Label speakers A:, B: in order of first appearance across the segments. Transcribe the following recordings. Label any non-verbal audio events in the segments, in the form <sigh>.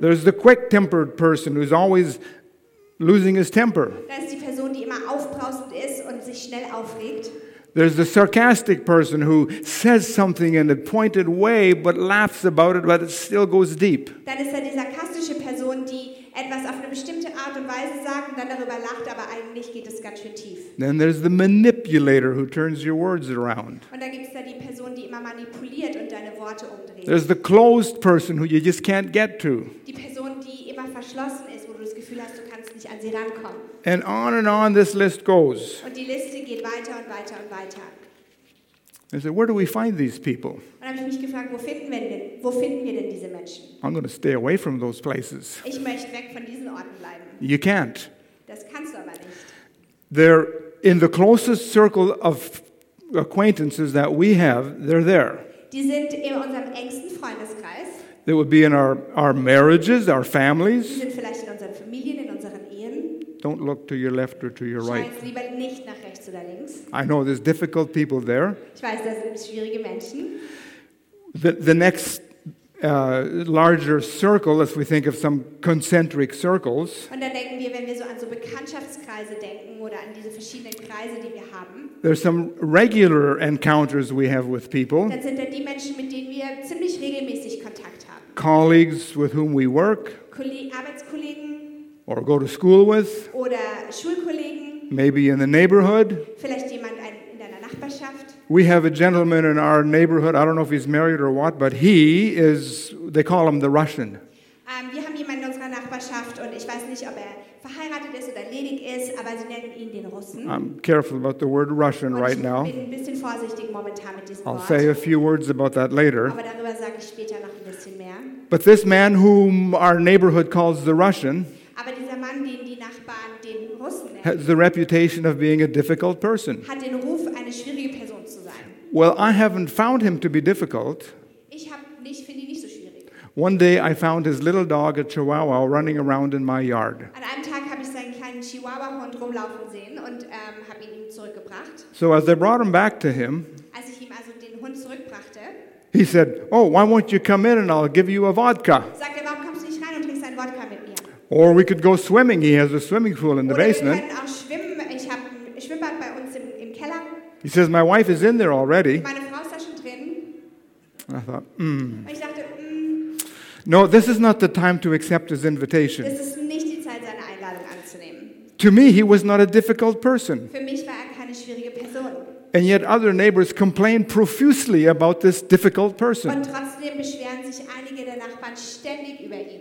A: There's the quick tempered person who's always losing his temper.
B: Da ist die Person, die immer aufbrausend ist und sich schnell aufregt.
A: There's the sarcastic person who says something in a pointed way but laughs about it, but it still goes deep.
B: Dann ist da die sarkastische Person, die etwas auf eine bestimmte Art und Weise sagt und dann darüber lacht, aber eigentlich geht es ganz schön tief.
A: Then there's the manipulator who turns your words around.
B: Und dann gibt es da die Person, die immer manipuliert und deine Worte umdreht.
A: There's the closed person who you just can't get to.
B: Die Person, die immer verschlossen ist, wo du das Gefühl hast, du kannst nicht an sie rankommen.
A: And on and on this list goes.
B: Und die Liste geht weiter und weiter und weiter.
A: I said, Where do we find these people?
B: Und dann habe ich mich gefragt, wo finden, wir denn, wo finden wir denn diese Menschen?
A: I'm going to stay away from those places.
B: Ich möchte weg von diesen Orten bleiben.
A: You can't.
B: Das kannst du aber nicht.
A: They're in the closest circle of acquaintances that we have, they're there.
B: Die sind in unserem engsten Freundeskreis.
A: They would be in our, our marriages, our
B: Die
A: families.
B: sind vielleicht in unseren Familien, in unseren Ehen.
A: Don't look to your left or to your right.
B: Scheint lieber nicht nach rechts oder links.
A: I know there's difficult people there.
B: Ich weiß, das sind schwierige Menschen.
A: The, the next uh, larger circle, if we think of some concentric circles,
B: Und dann denken wir, wenn wir so an so Bekanntschaftskreise denken oder an diese verschiedenen Kreise, die wir haben,
A: there's some regular encounters we have with people,
B: dann sind da die Menschen, mit denen wir ziemlich regelmäßig Kontakt haben.
A: colleagues with whom we work
B: Kolle Arbeitskollegen
A: or go to school with,
B: oder Schulkollegen,
A: maybe in the neighborhood.
B: vielleicht jemand ein- in deiner Nachbarschaft.
A: We have a gentleman in our neighborhood. I don't know if he's married or what, but he is, they call him the Russian.
B: Ähm, wir haben jemanden in unserer Nachbarschaft und ich weiß nicht, ob er verheiratet ist oder ledig ist, aber sie nennen ihn den Russen.
A: I'm careful about the word Russian
B: Und
A: right
B: Ich
A: now.
B: bin ein bisschen vorsichtig momentan mit diesem
A: I'll
B: Wort,
A: say a few words about that later.
B: aber darüber sage ich später noch ein bisschen mehr.
A: But this man, whom our neighborhood calls the Russian,
B: Aber dieser Mann, den die Nachbarn den Russen nennen,
A: has the reputation of being a difficult person.
B: hat den Ruf, eine schwierige Person zu sein.
A: Well, I haven't found him to be difficult.
B: Ich hab nicht, finde ihn nicht so schwierig.
A: One day I found his little dog, a chihuahua, running around in my yard.
B: An einem Tag habe ich seinen kleinen Chihuahua-Hund rumlaufen sehen und ähm, habe ihn ihm zurückgebracht.
A: So as I brought him back to him,
B: Als ich ihm also den Hund zurückbrachte,
A: he said, Oh, why won't you come in and I'll give you a vodka?
B: sagte er, warum kommst du nicht rein und trinkst einen Wodka mit mir?
A: Or we could go swimming. He has a swimming pool in the
B: Oder wir
A: basement.
B: können auch schwimmen. Ich habe ein Schwimmbad bei uns im, im Keller.
A: He says, My wife is in there already.
B: Meine Frau ist da schon drin.
A: I thought, hmm.
B: Und ich dachte, "Mm,
A: No, this is not the time to accept his invitation.
B: das ist nicht die Zeit, seine Einladung anzunehmen.
A: To me, he was not a difficult person.
B: Für mich war er keine schwierige Person.
A: And yet, other neighbors complained profusely about this difficult person.
B: Und trotzdem beschweren sich einige der Nachbarn ständig über ihn.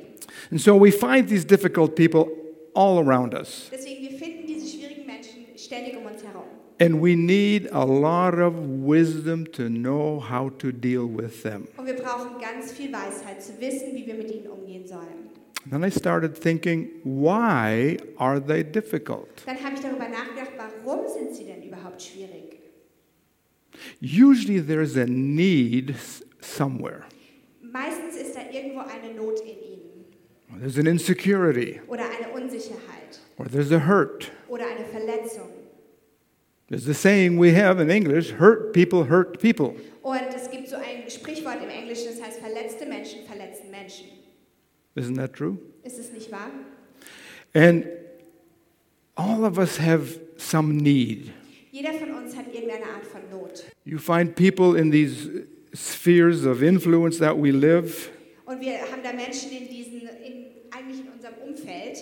A: And so we find these difficult people all around us.
B: Deswegen, wir finden diese schwierigen Menschen ständig um uns herum.
A: And we need a lot of wisdom to know how to deal with them.
B: Und wir brauchen ganz viel Weisheit, zu wissen, wie wir mit ihnen umgehen sollen.
A: Then I started thinking, why are they difficult?
B: Dann habe ich darüber nachgedacht, warum sind sie denn überhaupt schwierig?
A: Usually there's a need s- somewhere.
B: Meistens ist da irgendwo eine Not in ihnen
A: There's an insecurity,
B: oder eine Unsicherheit
A: or there's a hurt.
B: oder eine Verletzung.
A: There's the saying we have in English hurt people hurt people.
B: Und es gibt so ein Sprichwort im Englischen, das heißt, verletzte Menschen verletzen Menschen.
A: Isn't that true?
B: Ist es nicht wahr?
A: And all of us have some need.
B: Jeder von uns hat irgendeine Art von Not.
A: You find people in these spheres of influence that we live.
B: Und wir haben da Menschen in diesen, in, eigentlich in unserem Umfeld.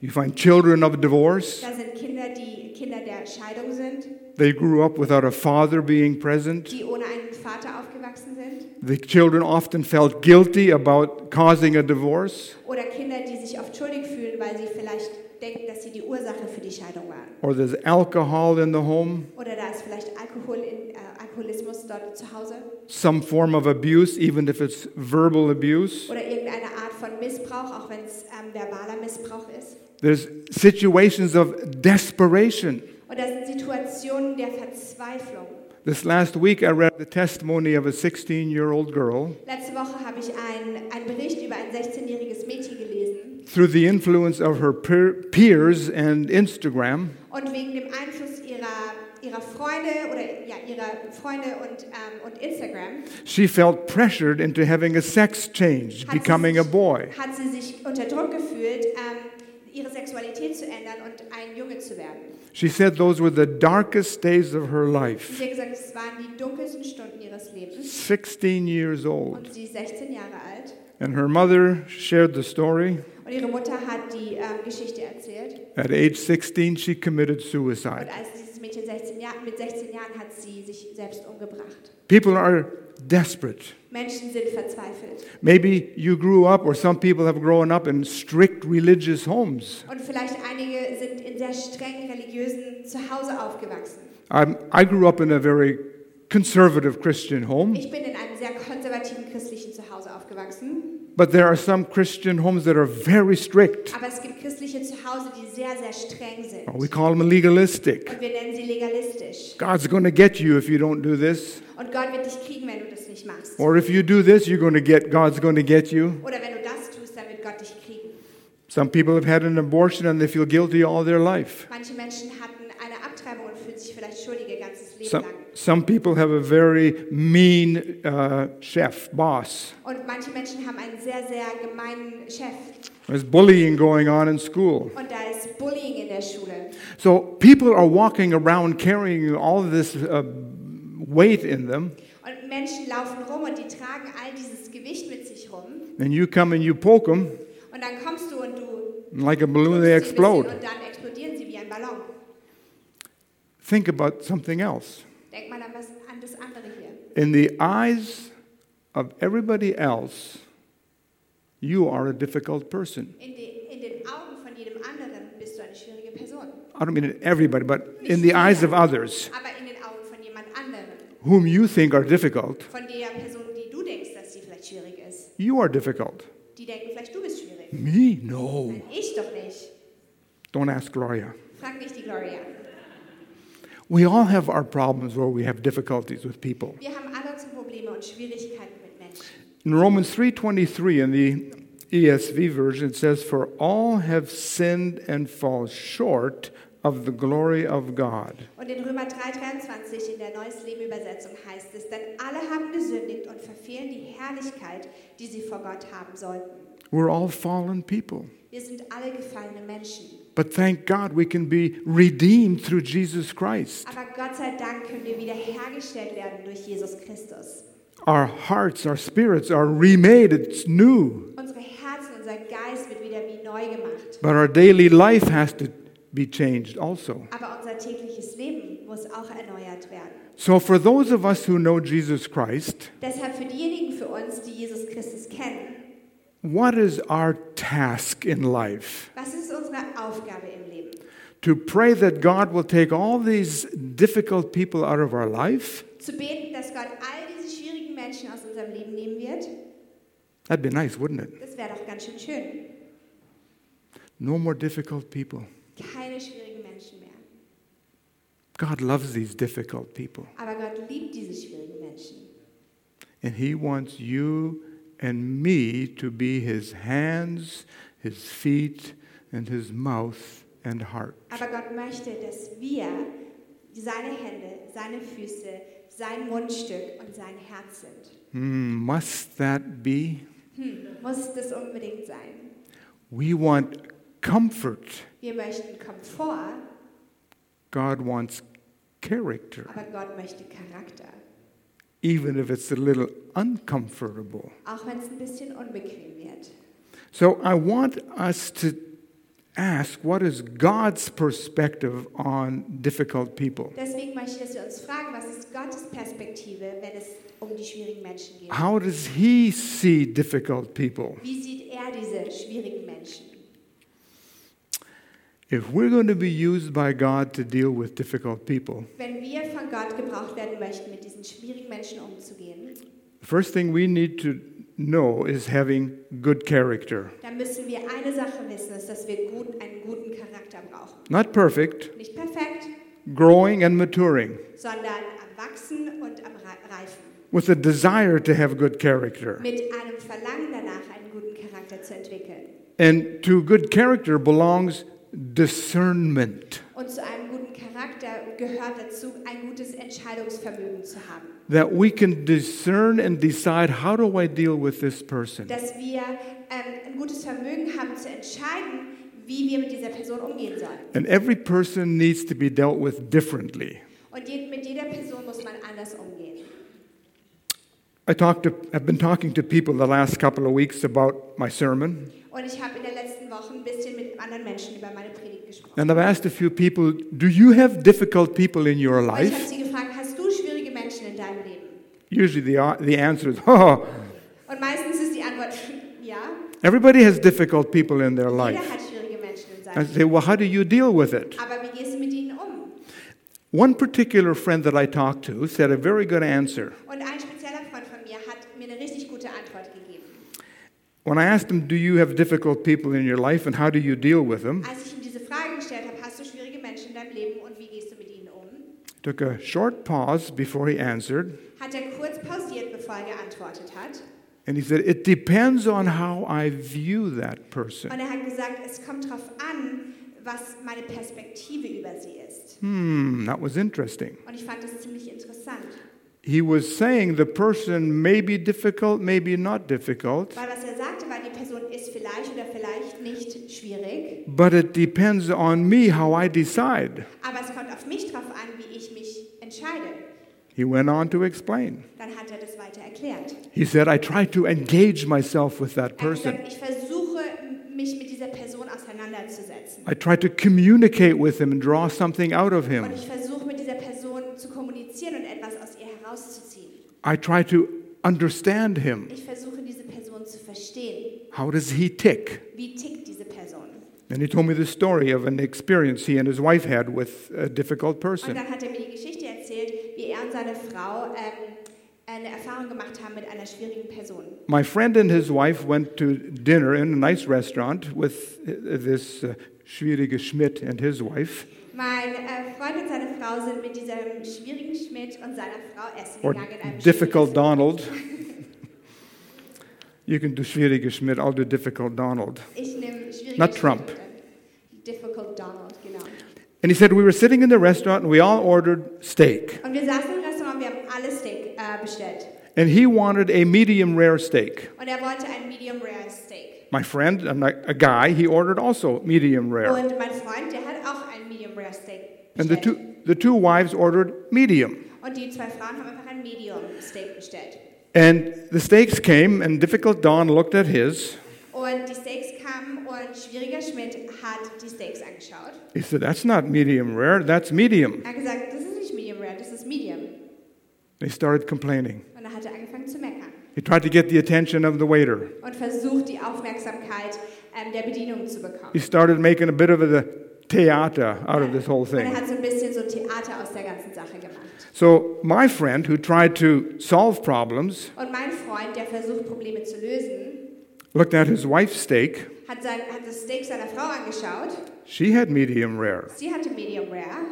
A: You find children of divorce.
B: Da sind Kinder, die Kinder der Scheidung sind,
A: They grew up without a father being present.
B: die ohne einen Vater aufgewachsen sind.
A: The children often felt guilty about causing a divorce,
B: Oder Kinder, die sich oft schuldig fühlen, weil sie vielleicht denken, dass sie die Ursache für die Scheidung waren.
A: or there's alcohol in the home,
B: Oder da ist vielleicht Alkohol in, äh, Alkoholismus dort zu Hause.
A: some form of abuse, even if it's verbal abuse.
B: Oder irgendeine Art von Missbrauch, auch wenn es ähm, verbaler Missbrauch ist.
A: There's situations of desperation.
B: Und das sind Situationen der Verzweiflung.
A: This last week, I read the testimony of a 16 year old girl.
B: Letzte Woche habe ich einen, einen Bericht über ein 16-jähriges Mädchen gelesen.
A: Through the influence of her peer- peers and Instagram,
B: Und wegen dem Einfluss ihrer, ihrer ihrer Freunde oder ja, ihrer Freunde und, ähm, und Instagram
A: She felt pressured into having a sex change, becoming a boy.
B: hat sie sich unter Druck gefühlt, ähm, ihre Sexualität zu ändern und ein Junge zu werden.
A: She said those were the darkest days of her
B: Und
A: life.
B: Sie hat gesagt, es waren die dunkelsten Stunden ihres Lebens
A: 16 years old.
B: und sie ist 16 Jahre alt.
A: And her mother shared the story.
B: Und ihre Mutter hat die ähm, Geschichte erzählt.
A: At age 16, she committed
B: Und
A: suicide.
B: als dieses Mädchen 16 Jahr, mit 16 Jahren hat sie sich selbst umgebracht.
A: People are desperate.
B: Menschen sind verzweifelt.
A: Maybe you grew up, or some people have grown up in strict religious homes.
B: Und vielleicht einige sind in sehr streng religiösen Zuhause aufgewachsen.
A: i I grew up in a very conservative Christian home,
B: Ich bin in einem sehr konservativen christlichen Zuhause aufgewachsen.
A: but there are some Christian homes that are very strict.
B: Aber es gibt christliche Zuhause, die sehr, sehr streng sind.
A: We call them legalistic.
B: Und wir nennen sie legalistisch.
A: God's going to get you if you don't do this,
B: Und Gott wird dich kriegen, wenn du das nicht machst.
A: or if you do this, you're going to get God's going to get you.
B: Oder wenn du das tust, dann wird Gott dich kriegen.
A: Some people have had an abortion and they feel guilty all their life.
B: Manche Menschen hatten eine Abtreibung und fühlen sich vielleicht schuldig ihr ganzes Leben
A: Some,
B: lang.
A: some people have a very mean uh, chef, boss.
B: Und manche Menschen haben einen sehr, sehr gemeinen Chef.
A: There's bullying going on in school.
B: Und da ist Bullying in der Schule.
A: So people are walking around carrying all this uh, weight in them,
B: Und Menschen laufen rum und die tragen all dieses Gewicht mit sich rum.
A: and you come and you poke them,
B: Und dann kommst du und du.
A: and like a balloon,
B: drückst sie
A: they
B: ein bisschen
A: explode.
B: Und dann explodieren sie wie ein Ballon.
A: Think about something else.
B: Denk mal an, was, an das andere hier.
A: In the eyes of everybody else, you are a difficult person.
B: In, de, in den Augen von jedem anderen bist du eine schwierige Person.
A: I don't mean in everybody, but in the eyes of others
B: Aber in den Augen von jemand anderem,
A: whom you think are difficult,
B: von der Person, die du denkst, dass sie vielleicht schwierig ist,
A: you are difficult.
B: die denken vielleicht, du bist schwierig.
A: Me? No.
B: Nein, ich doch nicht.
A: Don't ask Gloria.
B: Frag nicht die Gloria.
A: We all have our problems where we have difficulties with people.
B: Wir haben alle zu Probleme und Schwierigkeiten mit Menschen.
A: In Romans 3:23 in the ESV version it says for all have sinned and fall short of the glory of God.
B: Und in Römer 3,23 in der Neues Leben Übersetzung heißt es, denn alle haben gesündigt und verfehlen die Herrlichkeit, die sie vor Gott haben sollten.
A: We're all fallen people.
B: Wir sind alle gefallene Menschen.
A: But thank God we can be redeemed through Jesus Christ.
B: Aber Gott sei Dank können wir wiederhergestellt werden durch Jesus Christus.
A: Our hearts, our spirits are remade, it's new.
B: Unsere Herzen, unser Geist wird wieder wie neu gemacht.
A: But our daily life has to be changed also.
B: Aber unser tägliches Leben muss auch erneuert werden.
A: So for those of us who know Jesus Christ,
B: Deshalb für diejenigen für uns, die Jesus Christus kennen,
A: what is our task in life?
B: was ist unsere Aufgabe im Leben?
A: to pray that God will take all these difficult people out of our life,
B: Zu beten, dass Gott all diese schwierigen Menschen aus unserem Leben nehmen wird,
A: that'd be nice, wouldn't it?
B: das wäre doch ganz schön schön.
A: No more difficult people.
B: Keine schwierigen Menschen mehr.
A: God loves these difficult people,
B: Aber Gott liebt diese schwierigen Menschen.
A: and He wants you and me to be His hands, His feet, and His mouth and heart.
B: Aber Gott möchte, dass wir seine Hände, seine Füße, sein Mundstück und sein Herz sind.
A: Hmm, must that be?
B: Hm, muss das unbedingt sein?
A: We want comfort.
B: Wir möchten Komfort,
A: God wants character,
B: aber Gott möchte Charakter.
A: even if it's a little uncomfortable.
B: Auch wenn es ein bisschen unbequem wird.
A: So I want us to ask what is God's perspective on difficult people?
B: Deswegen möchte ich, dass wir uns fragen, was ist Gottes Perspektive, wenn es um die schwierigen Menschen geht?
A: How does He see difficult people?
B: Wie sieht er diese schwierigen Menschen?
A: If we're going to be used by God to deal with difficult people,
B: Wenn wir von Gott gebraucht werden möchten, mit diesen schwierigen Menschen umzugehen,
A: the first thing we need to know is having good character.
B: dann müssen wir eine Sache wissen, ist, dass wir gut, einen guten Charakter brauchen.
A: Not perfect,
B: Nicht perfekt,
A: growing and maturing,
B: sondern am Wachsen und am Re- Reifen.
A: with a desire to have good character.
B: Mit einem Verlangen danach, einen guten Charakter zu entwickeln.
A: And to good character belongs discernment.
B: Und zu einem guten Charakter gehört dazu, ein gutes Entscheidungsvermögen zu haben.
A: that we can discern and decide how do I deal with this person?
B: Dass wir ähm, ein gutes Vermögen haben zu entscheiden, wie wir mit dieser Person umgehen sollen.
A: And every person needs to be dealt with differently.
B: Und je, mit jeder Person muss man anders umgehen.
A: I talked to, I've been talking to people the last couple of weeks about my sermon,
B: Und ich habe in der letzten Woche ein bisschen mit anderen Menschen über meine Predigt gesprochen.
A: and I've asked a few people, do you have difficult people in your
B: Und ich habe
A: life?
B: sie gefragt, hast du schwierige Menschen in deinem Leben?
A: Usually the, the answer is, <laughs> oh,
B: Und meistens ist die Antwort, <laughs> ja,
A: everybody has difficult people in their
B: jeder
A: life.
B: hat schwierige Menschen in
A: I
B: seinem Leben.
A: say, well, how do you deal with it?
B: Aber wie gehst du mit ihnen um?
A: One particular friend that I talked to said a very good answer.
B: Und ein spezieller Freund von mir hat mir eine richtig gute Antwort gegeben.
A: When I asked him, do you have difficult people in your life and how do you deal with them?
B: Als ich ihm diese Frage gestellt habe, hast du schwierige Menschen in deinem Leben und wie gehst du mit ihnen um?
A: Took a short pause before he answered,
B: Hat er kurz pausiert, bevor er geantwortet hat.
A: and he said, It depends on how I view that person.
B: Und er hat gesagt, es kommt darauf an, was meine Perspektive über sie ist.
A: Hmm, that was interesting.
B: Und ich fand das ziemlich interessant,
A: He was saying the person may be difficult, maybe not difficult,
B: weil was er sagte, war, die Person ist vielleicht oder vielleicht nicht schwierig,
A: but it depends on me how I decide.
B: aber es kommt auf mich drauf an, wie ich mich entscheide.
A: He went on to explain.
B: Dann hat er das weiter erklärt.
A: He said, I try to engage myself with that
B: Er hat
A: person.
B: gesagt, ich versuche, mich mit dieser Person auseinanderzusetzen.
A: I try to communicate with him and draw something out of
B: Und
A: him.
B: ich versuche mit dieser Person zu kommunizieren und etwas aus ihr herauszuziehen.
A: I try to understand him.
B: Ich versuche diese Person zu verstehen.
A: How does he tick?
B: Wie tickt diese Person?
A: And he told me the story of an experience he and his wife had with a difficult
B: Und
A: person.
B: dann hat er mir die Geschichte erzählt, wie er und seine Frau ähm, eine Erfahrung gemacht haben mit einer schwierigen Person.
A: My friend and his wife went to dinner in a nice restaurant with uh, this uh, Schwierige Schmidt and his wife,
B: Mein äh, Freund und seine Frau sind mit diesem schwierigen Schmidt und seiner Frau essen
A: or
B: gegangen in einem
A: Difficult
B: schwierigen-
A: Donald. <laughs> You can do Schwierige Schmidt, I'll do Difficult Donald.
B: Ich nehme schwierigen
A: Not
B: Schmidt
A: Trump.
B: und- äh, Difficult Donald, genau.
A: And he said, We were sitting in the restaurant and we all ordered steak.
B: Und wir saßen im Restaurant, wir haben alles Steak äh, bestellt.
A: And he wanted a medium rare steak.
B: Und er wollte ein Medium Rare Steak.
A: My friend, I'm like, a guy, he ordered also medium rare.
B: Und mein Freund, der hat auch ein Medium Rare Steak
A: And the
B: bestellt.
A: two, the two wives ordered medium.
B: Und die zwei Frauen haben einfach ein Medium Steak bestellt.
A: And the stakes came, and difficult Don looked at his.
B: Und die Steaks kamen und Schwieriger Schmidt hat die Steaks angeschaut.
A: He said, That's not medium rare, that's medium.
B: Er hat gesagt, das ist nicht Medium Rare, das ist Medium.
A: They started complaining.
B: Und dann hat er angefangen zu meckern
A: He tried to get the attention of the waiter.
B: und versucht, die Aufmerksamkeit ähm, der Bedienung zu bekommen.
A: He started making a bit of a theater out of this whole
B: Und er
A: thing.
B: hat so ein bisschen so Theater aus der ganzen Sache gemacht.
A: So, my friend, who tried to solve problems,
B: Und mein Freund, der versucht, Probleme zu lösen,
A: looked at his wife's steak.
B: hat, sein, hat das Steak seiner Frau angeschaut
A: She had medium rare.
B: Sie hatte Medium Rare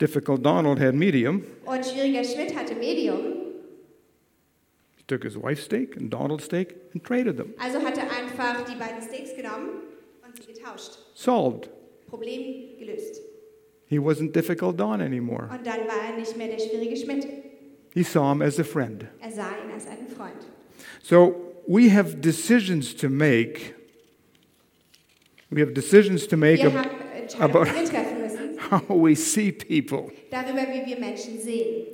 A: Difficult Donald had medium.
B: und Schwieriger Schmidt hatte Medium.
A: He took his wife's steak and Donald's steak and traded them.
B: Also hat er einfach die beiden Steaks genommen und sie getauscht.
A: Solved.
B: Problem gelöst.
A: He wasn't Difficult Don anymore.
B: Und dann war er nicht mehr der Schwierige Schmidt.
A: He saw him as a friend.
B: Er sah ihn als einen Freund.
A: So we have decisions to make. We have decisions to make
B: Wir
A: about
B: haben
A: aber-
B: Entscheidungen die wir treffen
A: <laughs>
B: müssen
A: how we see people.
B: darüber, wie wir Menschen sehen.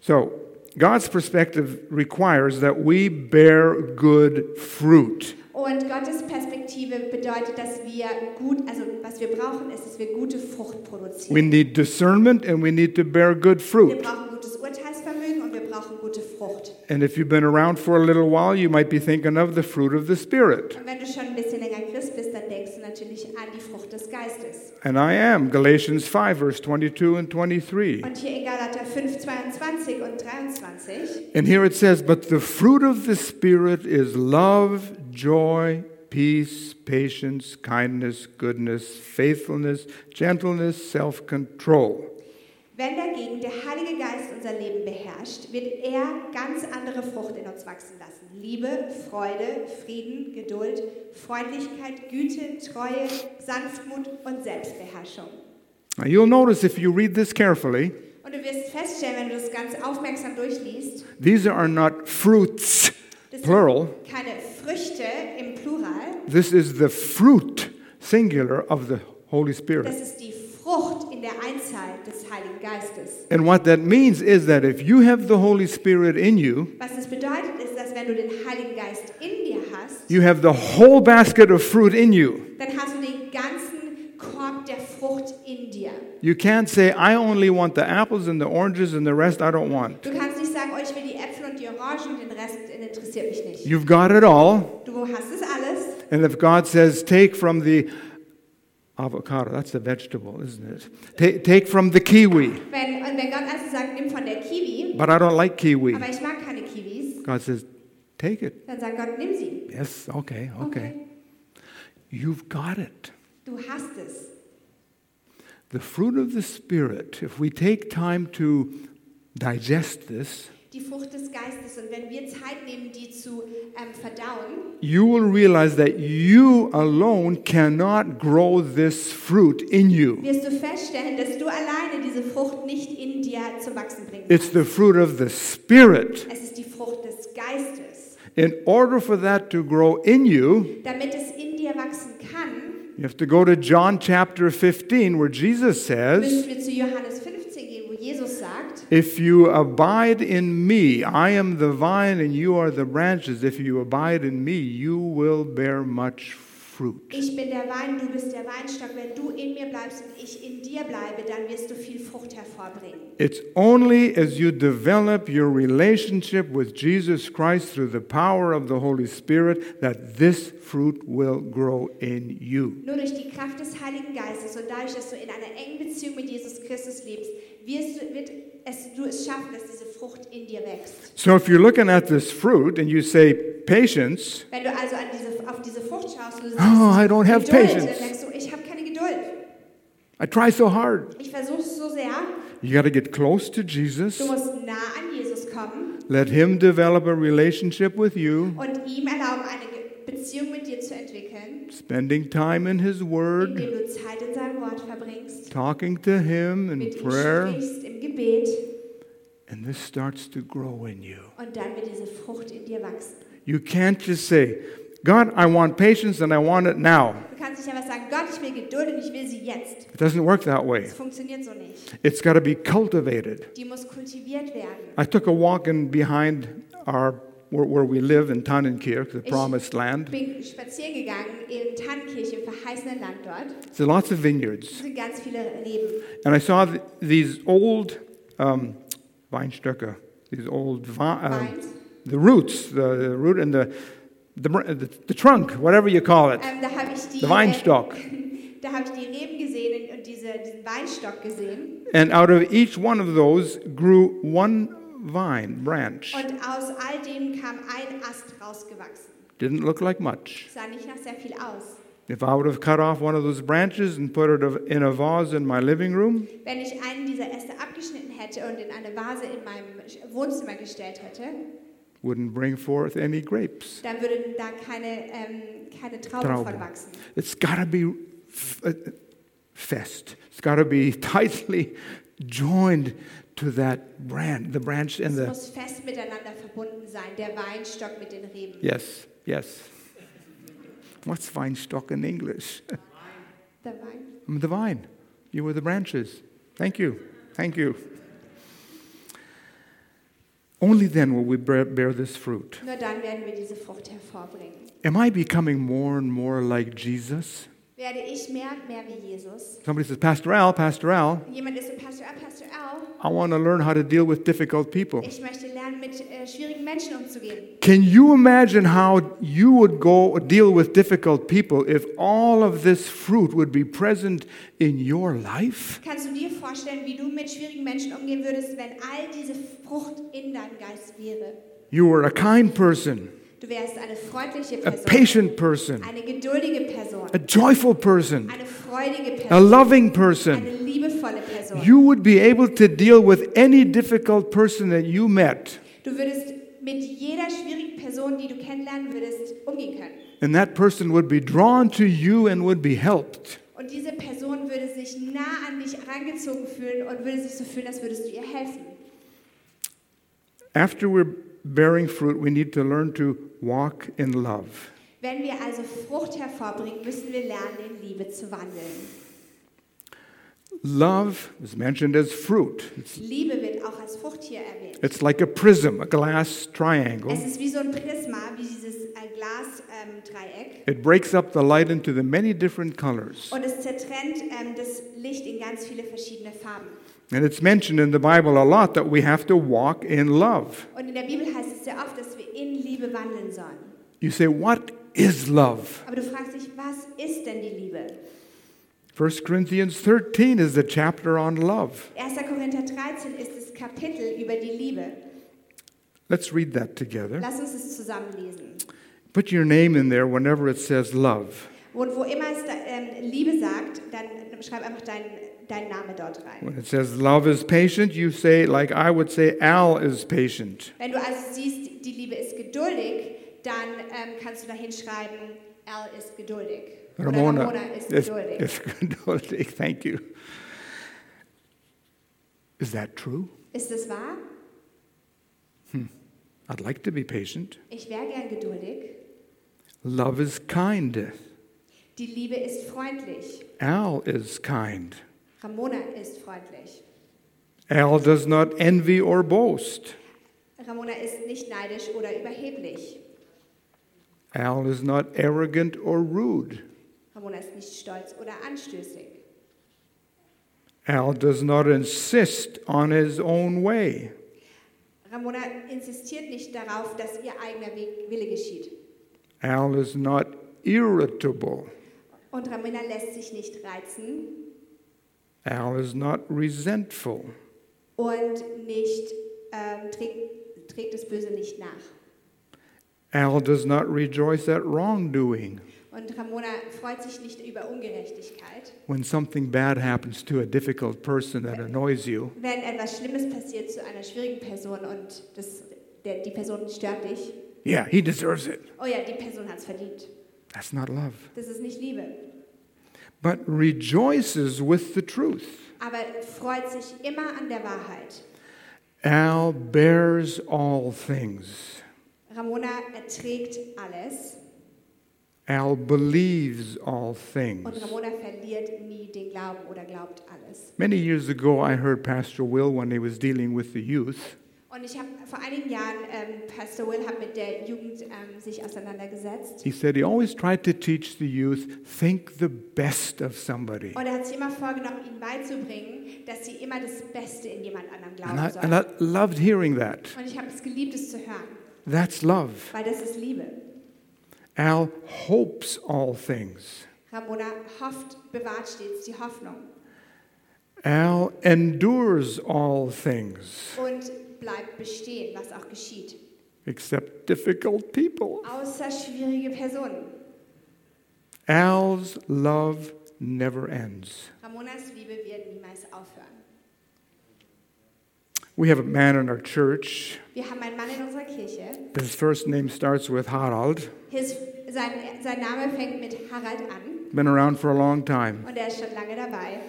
A: So God's perspective requires that we bear good fruit.
B: Und Gottes Perspektive bedeutet, dass wir gut, also was wir brauchen, ist, dass wir gute Frucht
A: We
B: produzieren.
A: need discernment and we need to bear good
B: Wir
A: fruit.
B: brauchen gutes Urteilsvermögen und wir brauchen gute Frucht.
A: And if you've been around for a little while, you might be thinking of the fruit of the Spirit.
B: Und wenn du schon ein bisschen länger Christ bist, dann denkst du natürlich an die Frucht des Geistes.
A: And I am. Galatians 5, verse 22 and 23.
B: Und hier in Galater 5, 22 und 23.
A: And here it says, But the fruit of the Spirit is love, joy, peace, patience, kindness, goodness, faithfulness, gentleness, self control.
B: Wenn dagegen der Heilige Geist unser Leben beherrscht, wird er ganz andere Frucht in uns wachsen lassen. Liebe, Freude, Frieden, Geduld, Freundlichkeit, Güte, Treue, Sanftmut und Selbstbeherrschung.
A: Now, you'll notice if you read this carefully,
B: Und du wirst feststellen, wenn du das ganz aufmerksam durchliest,
A: these are not fruits,
B: das
A: plural.
B: sind keine Früchte im Plural,
A: This is the fruit, singular, of the Holy Spirit.
B: das ist die Frucht in der Einzahl des Heiligen Geistes.
A: And what that means is that if you have the Holy Spirit in you,
B: Was es bedeutet, ist, dass wenn du den Heiligen Geist in dir hast,
A: you have the whole basket of fruit in you.
B: dann hast du den ganzen Korb der Frucht in dir.
A: You can't say, I only want the apples and the oranges and the rest I don't want.
B: Du kannst nicht sagen, oh, ich will die Äpfel und die Orangen und den Rest interessiert mich nicht.
A: You've got it all.
B: Du hast es alles.
A: And if God says, take from the avocado, that's the vegetable, isn't it? Ta- take from the kiwi,
B: Wenn, und wenn Gott also sagt, nimm von der Kiwi,
A: but I don't like kiwi.
B: aber ich mag keine Kiwis,
A: God says, take it.
B: dann sagt Gott, nimm sie.
A: Yes, okay, okay. You've got it.
B: Du hast es.
A: The fruit of the Spirit, if we take time to digest this,
B: Die Frucht des Geistes. Und wenn wir Zeit nehmen, die zu ähm, verdauen,
A: you will realize that you alone cannot grow this fruit in you.
B: wirst du feststellen, dass du alleine diese Frucht nicht in dir zum Wachsen bringen
A: It's
B: kannst.
A: the fruit of the Spirit.
B: Es ist die Frucht des Geistes.
A: In order for that to grow in you,
B: Damit es in dir wachsen kann,
A: you have to go to John chapter 15, where Jesus
B: müssen
A: says,
B: wir zu Johannes 15 gehen, wo Jesus sagt,
A: If you abide in me, I am the vine and you are the branches. If you abide in me, you will bear much fruit.
B: Ich bin der Wein, du bist der Weinstock. Wenn du in mir bleibst und ich in dir bleibe, dann wirst du viel Frucht hervorbringen.
A: It's only as you develop your relationship with Jesus Christ through the power of the Holy Spirit that this fruit will grow in you.
B: Nur durch die Kraft des Heiligen Geistes und dadurch, dass du in einer engen Beziehung mit Jesus Christus lebst, wirst du, wird es, du es schaffen, dass diese Frucht in dir wächst.
A: So if you're looking at this fruit and you say, patience,
B: Wenn du also an diese, auf diese Frucht schaust und du
A: oh,
B: sagst,
A: I don't have
B: Geduld, dann
A: patience.
B: sagst du, ich habe keine Geduld.
A: I try so hard.
B: Ich versuche es so sehr.
A: You got to get close to Jesus,
B: Du musst nah an Jesus kommen
A: let Him develop a relationship with you,
B: und ihm erlauben, eine Ge- Beziehung mit dir zu entwickeln,
A: spending time in His Word,
B: indem du Zeit in seinem Wort verbringst.
A: talking to Him in
B: mit ihm
A: prayer,
B: sprichst im Gebet
A: and this starts to grow in you.
B: und dann wird diese Frucht in dir wachsen.
A: You can't just say, God, I want patience and I want it now.
B: Du kannst nicht einfach sagen, Gott, ich will Geduld und ich will sie jetzt.
A: It doesn't work that way.
B: Das funktioniert so nicht.
A: It's got to be cultivated.
B: Die muss kultiviert werden.
A: I took a walk in behind our where, where we live in Tannenkirk, the
B: Ich-
A: promised
B: Ich
A: land.
B: bin spazieren gegangen in Tannkirche, im verheißenen Land dort.
A: There's lots of
B: Es
A: vineyards,
B: sind ganz viele Reben.
A: and I saw th- these old um, Weinstöcke, these old vi- um,
B: Weins.
A: the roots, the, the root and the the, br- the the trunk, whatever you call it,
B: Ähm, da habe ich die,
A: the Weinstock.
B: äh, <laughs> da habe ich die Reben gesehen und diese, diesen Weinstock gesehen.
A: And out of each one of those grew one vine branch.
B: Und aus all dem kam ein Ast rausgewachsen.
A: Didn't look like much.
B: Sah nicht nach sehr viel aus.
A: If I would have cut off one of those branches and put it in a vase in my living room,
B: Wenn ich einen dieser Äste abgeschnitten hätte und in eine Vase in meinem Wohnzimmer gestellt hätte,
A: wouldn't bring forth any grapes.
B: dann würden da keine, ähm, keine Trauben
A: Trauben.
B: von wachsen.
A: It's got to be f- uh, fest. It's got to be <laughs> tightly joined to that branch, the branch and
B: Es
A: the
B: muss fest miteinander verbunden sein, der Weinstock mit den Reben.
A: yes, yes. What's Weinstock in English? <laughs>
B: Der Wein.
A: I'm the vine. You were the branches. Thank you. Thank you. Only then will we bear, bear this fruit.
B: Nur dann werden wir diese Frucht hervorbringen.
A: Am I becoming more and more like Jesus?
B: Werde ich mehr und mehr wie Jesus?
A: Somebody says, Pastor Al, Pastor Al,
B: Jemand ist so, Pastor Al, Pastor oh." Al,
A: I want to learn how to deal with difficult people.
B: ich möchte lernen, mit äh, schwierigen Menschen umzugehen.
A: Can you imagine how you would go deal with difficult people if all of this fruit would be present in your life?
B: Kannst du dir vorstellen, wie du mit schwierigen Menschen umgehen würdest, wenn all diese Frucht in deinem Geist wäre?
A: You were a kind person,
B: Du wärst eine freundliche
A: a
B: Person,
A: patient person,
B: eine geduldige Person,
A: a joyful person,
B: eine freudige
A: a
B: Person,
A: loving
B: eine
A: person.
B: liebevolle Person.
A: You would be able to deal with any difficult person that you met,
B: Du würdest mit jeder schwierigen Person, die du kennenlernen würdest, umgehen können.
A: and that person would be drawn to you and would be helped.
B: Und diese Person würde sich nah an dich herangezogen fühlen und würde sich so fühlen, als würdest du ihr helfen.
A: After we're bearing fruit, we need to learn to walk in love.
B: Wenn wir also Frucht hervorbringen, müssen wir lernen, in Liebe zu wandeln.
A: Love is mentioned as fruit. It's,
B: Liebe wird auch als Frucht hier erwähnt.
A: it's like a prism, a glass
B: Es
A: triangle.
B: ist wie so ein Prisma, wie dieses äh, Glasdreieck.
A: It breaks up the light into the many different colors.
B: und es zertrennt ähm, das Licht in ganz viele verschiedene Farben.
A: And it's mentioned in the Bible a lot that we have to walk in love.
B: Und in der Bibel heißt es sehr oft, dass wir in Liebe wandeln sollen.
A: You say, What is love?
B: Aber du fragst dich, was ist denn die Liebe?
A: 1 Corinthians 13 is the chapter on love.
B: 1. Korinther 13 ist das Kapitel über die Liebe.
A: Let's read that together.
B: Lass uns es zusammenlesen.
A: Put your name in there whenever it says love.
B: Und wo immer es da, ähm, Liebe sagt, dann schreib einfach deinen deinen Namen dort rein.
A: When it says love is patient, you say, like I would say, Al is patient.
B: Wenn du also siehst, die Liebe ist geduldig, dann ähm, kannst du da hinschreiben, L ist geduldig. Oder
A: Ramona,
B: Ramona ist
A: is,
B: geduldig.
A: is <laughs> geduldig. Thank you. Is that true?
B: Ist das wahr?
A: I'd like to be patient.
B: Ich wäre gern geduldig.
A: Love is kind.
B: Die Liebe ist freundlich.
A: Al is kind.
B: Ramona ist freundlich.
A: Al does not envy or boast.
B: Ramona ist nicht neidisch oder überheblich.
A: Al is not arrogant or rude.
B: Ramona ist nicht stolz oder anstößig.
A: Al does not insist on his own way.
B: Ramona insistiert nicht darauf, dass ihr eigener Weg- Wille geschieht.
A: Al is not irritable.
B: Und Ramona lässt sich nicht reizen
A: Al is not resentful.
B: und nicht, ähm, trägt, trägt das Böse nicht nach.
A: Al does not rejoice at wrongdoing.
B: Und Ramona freut sich nicht über Ungerechtigkeit.
A: When something bad happens to a difficult person that annoys you,
B: Wenn etwas Schlimmes passiert zu einer schwierigen Person und das, der, die Person stört dich,
A: yeah, he deserves it.
B: oh ja, die Person hat es verdient.
A: That's not love.
B: Das ist nicht Liebe.
A: But rejoices with the truth.
B: Aber freut sich immer an der Wahrheit.
A: Al bears all things.
B: Ramona erträgt alles
A: Al believes all
B: und
A: things.
B: Ramona verliert nie den Glauben oder glaubt alles.
A: Many years ago, I heard Pastor Will when he was dealing with the youth.
B: Und ich habe vor einigen Jahren, ähm, Pastor Will hat mit der Jugend ähm, sich auseinandergesetzt
A: He said he always tried to teach the youth think the best of somebody.
B: und er hat sich immer vorgenommen, ihnen beizubringen, dass sie immer das Beste in jemand anderem
A: And I,
B: glauben
A: and
B: sollen.
A: I loved hearing that.
B: Und ich habe es geliebt, es zu hören,
A: That's love.
B: weil das ist Liebe.
A: Al hopes all things.
B: Ramona hofft, bewahrt stets die Hoffnung
A: Al endures all things
B: und bleibt bestehen, was auch geschieht.
A: except difficult people.
B: Außer schwierige Personen.
A: Al's love never ends.
B: Ramonas Liebe wird niemals aufhören.
A: We have a man in our church.
B: Wir haben einen Mann in unserer Kirche.
A: His first name starts with Harald.
B: His, sein, sein Name fängt mit Harald an
A: Been around for a long time.
B: und er ist schon lange dabei.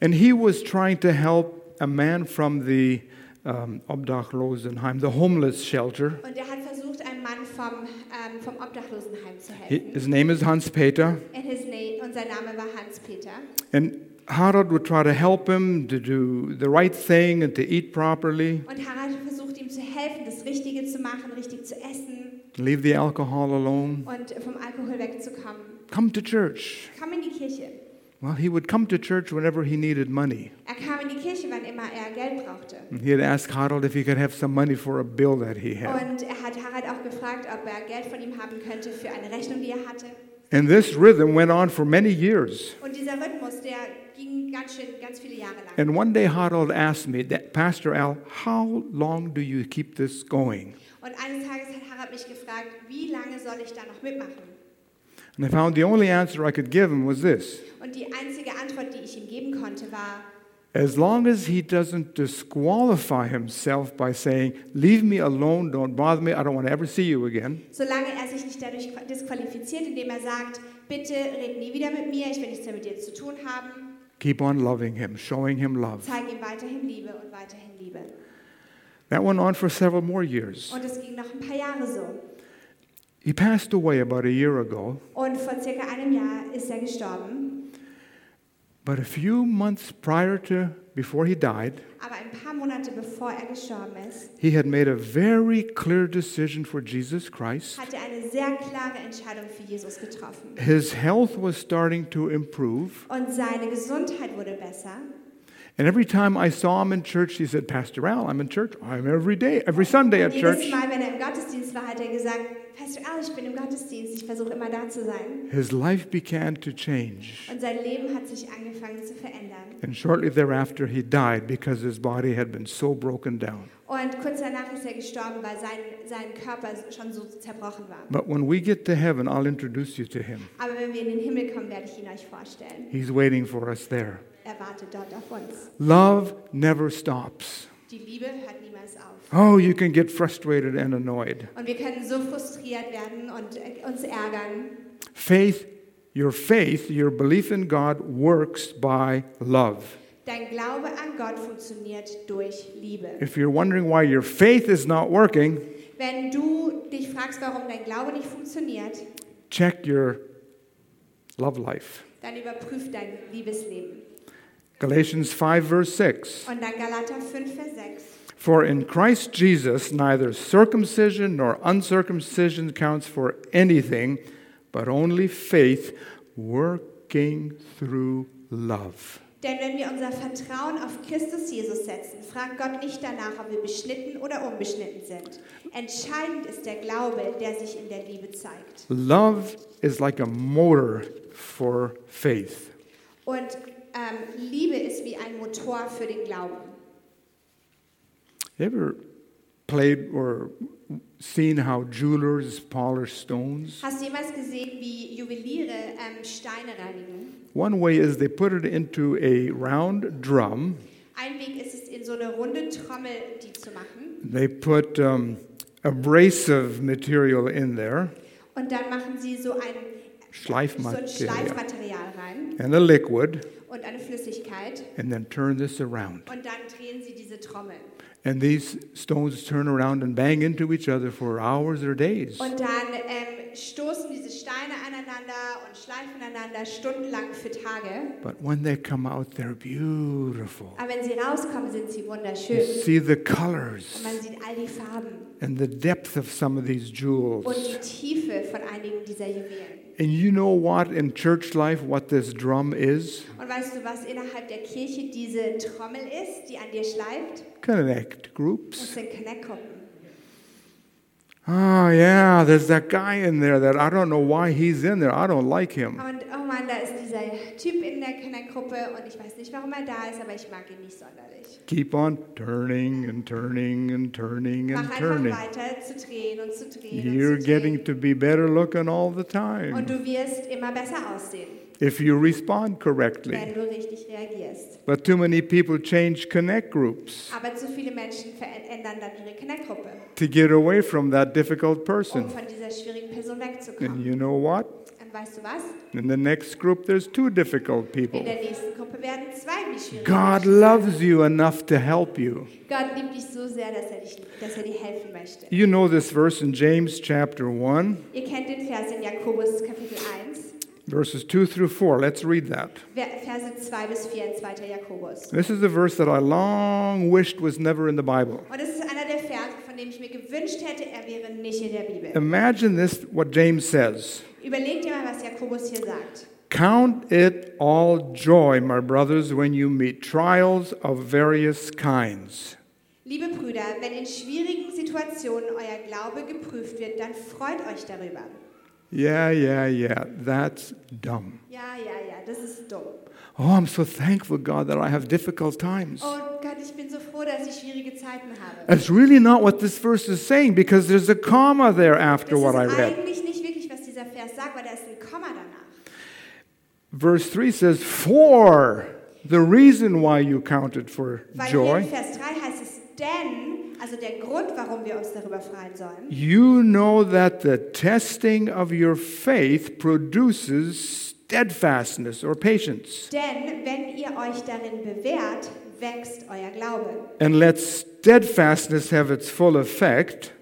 A: And he was trying to help a man from the um, Obdachlosenheim, the homeless shelter.
B: Und er hat versucht, einem Mann vom, ähm, vom Obdachlosenheim zu
A: He-
B: helfen.
A: His name is Hans Peter.
B: And his name, und sein Name war Hans-Peter.
A: And Harald would try to help him to do the right thing and to eat properly,
B: Und Harald hat versucht, ihm zu helfen, das Richtige zu machen, richtig zu essen
A: leave the alcohol alone,
B: und vom Alkohol wegzukommen.
A: come to church.
B: Komm in die Kirche.
A: Well, he would come to church whenever he needed money.
B: Er kam in die Kirche, wann immer er Geld brauchte.
A: And he had asked Harald if he could have some money for a bill that he had.
B: Und er hat Harald auch gefragt, ob er Geld von ihm haben könnte für eine Rechnung, die er hatte.
A: And this rhythm went on for many years.
B: Und dieser Rhythmus, der ging ganz schön, ganz viele Jahre lang.
A: And one day Harald asked me, "That- Pastor Al, how long do you keep this going?
B: Und eines Tages hat Harald mich gefragt, wie lange soll ich da noch mitmachen?
A: And I found the only answer I could give him was this
B: Und die einzige Antwort, die ich ihm geben konnte, war,
A: As long as he doesn't disqualify himself by saying, Leave me alone, don't bother me, I don't want to ever see you again,
B: solange er sich nicht dadurch disqualifiziert, indem er sagt, bitte red nie wieder mit mir, ich will nichts mehr mit dir zu tun haben,
A: Keep on loving him, showing him love.
B: Zeig ihm weiterhin Liebe und weiterhin Liebe.
A: That went on for several more years.
B: Und es ging noch ein paar Jahre so.
A: He passed away about a year ago,
B: Und vor circa einem Jahr ist er gestorben.
A: but a few months prior to before he died,
B: Aber ein paar Monate bevor er gestorben ist,
A: he had made a very clear decision for Jesus Christ.
B: hat er eine sehr klare Entscheidung für Jesus getroffen.
A: His health was starting to improve,
B: Und seine Gesundheit wurde besser.
A: and every time I saw him in church, he said, "Pastor Al, I'm in church. I'm every day, every Sunday
B: Und
A: at
B: jedes
A: church."
B: Mal, wenn er im Gottesdienst war, hat er gesagt, Pastor Al, ich bin im Gottesdienst, ich versuche immer da zu sein.
A: His life began to change,
B: Und sein Leben hat sich angefangen zu verändern.
A: and shortly thereafter, he died because his body had been so broken down.
B: Und kurz danach ist er gestorben, weil sein, sein Körper schon so zerbrochen war.
A: But when we get to heaven, I'll introduce you to him.
B: Aber wenn wir in den Himmel kommen, werde ich ihn euch vorstellen.
A: He's waiting for us there.
B: Er wartet dort auf uns.
A: Love never stops.
B: Die Liebe hört niemals auf.
A: Oh, you can get frustrated and annoyed.
B: Und wir können so frustriert werden und äh, uns ärgern.
A: Faith, your faith, your belief in God works by love.
B: Dein Glaube an Gott funktioniert durch Liebe.
A: If you're wondering why your faith is not working,
B: Wenn du dich fragst, warum dein Glaube nicht funktioniert,
A: check your love life.
B: dann überprüf dein Liebesleben.
A: Galatians 5, verse 6.
B: Und dann Galater 5, Vers 6.
A: For in Christ Jesus, neither circumcision nor uncircumcision counts for anything, but only faith working through love.
B: Denn wenn wir unser Vertrauen auf Christus Jesus setzen, fragt Gott nicht danach, ob wir beschnitten oder unbeschnitten sind. Entscheidend ist der Glaube, der sich in der Liebe zeigt.
A: Love is like a motor for faith.
B: Und ähm, Liebe ist wie ein Motor für den Glauben.
A: You ever played or seen how jewelers polish stones?
B: Hast du jemals gesehen, wie Juweliere ähm, Steine reinigen?
A: One way is they put it into a round drum.
B: Ein Weg ist es, in so eine runde Trommel die zu machen.
A: They put um, abrasive material in there,
B: Und dann machen sie so ein, so ein
A: schleifmaterial,
B: Schleifmaterial rein
A: and a liquid,
B: und eine Flüssigkeit.
A: and then turn this around.
B: Und dann drehen sie diese Trommel.
A: And these stones turn around and bang into each other for hours or days.
B: Und dann ähm, stoßen diese Steine aneinander und schleifen einander stundenlang für Tage.
A: But when they come out, they're beautiful.
B: Aber wenn sie rauskommen, sind sie
A: You
B: wunderschön.
A: see the colors
B: Und man sieht all die Farben
A: and the depth of some of these
B: und die
A: jewels.
B: Tiefe von einigen dieser Juwelen.
A: And you know what, in church life, what this drum is?
B: Und weißt du, was innerhalb der Kirche diese Trommel ist, die an dir schleift?
A: Connect
B: Das
A: groups.
B: sind Kneckgruppen.
A: Oh, yeah, there's that guy in there that I don't know why he's in there. I don't like him.
B: Und oh Mann, da ist dieser Typ in der Kneckgruppe und ich weiß nicht, warum er da ist, aber ich mag ihn nicht sonderlich.
A: Keep on turning and turning and turning
B: Mach
A: and
B: einfach
A: turning.
B: weiter zu drehen und zu drehen
A: You're
B: und zu drehen.
A: getting to be better looking all the
B: Und
A: time
B: du wirst immer besser aussehen.
A: if you respond correctly.
B: wenn du richtig reagierst.
A: But too many people change connect groups
B: Aber zu viele Menschen verändern dann ihre Kindergruppe,
A: to get away from that difficult
B: um
A: person.
B: von dieser schwierigen Person
A: And
B: wegzukommen.
A: you know what?
B: Und weißt du was?
A: In the next group, there's two difficult
B: In
A: people.
B: der nächsten Gruppe werden zwei die schwierigen
A: God
B: Menschen sein.
A: loves you enough to help you.
B: Gott liebt dich so sehr, dass er, dich, dass er dir helfen möchte.
A: You know this verse in James chapter 1,
B: Ihr kennt den Vers in Jakobus Kapitel 1,
A: verses 2 through 4. Let's read that.
B: Ver- Verse 2 bis 4 in 2. Jakobus.
A: This is a verse that I long wished was never in the Bible.
B: Und es ist einer der Verse, von dem ich mir gewünscht hätte, er wäre nicht in der
A: Ähm.
B: Bibel.
A: Imagine this, what James says.
B: Überlegt dir mal, was Jakobus hier sagt.
A: Count it all joy, my brothers, when you meet trials of various kinds.
B: Liebe Brüder, wenn in schwierigen Situationen euer Glaube geprüft wird, dann freut euch darüber.
A: Yeah, yeah, yeah. That's dumb.
B: Ja, ja, ja, das ist dumm.
A: Oh, I'm so thankful, God, that I have difficult times.
B: Oh Gott, ich bin so froh, dass ich schwierige Zeiten habe.
A: That's really not what this verse is saying because there's a comma there after
B: Das
A: what I
B: ist
A: read.
B: eigentlich nicht wirklich, was dieser Vers sagt, weil da ist ein Komma danach.
A: Verse 3 says, For the reason why you count it for
B: Weil hier in
A: joy,
B: Vers 3 heißt es denn, also der Grund, warum wir uns darüber freuen sollen.
A: you know that the testing of your faith produces steadfastness or patience.
B: Denn wenn ihr euch darin bewährt, wächst euer Glaube.
A: And let steadfastness have its full effect,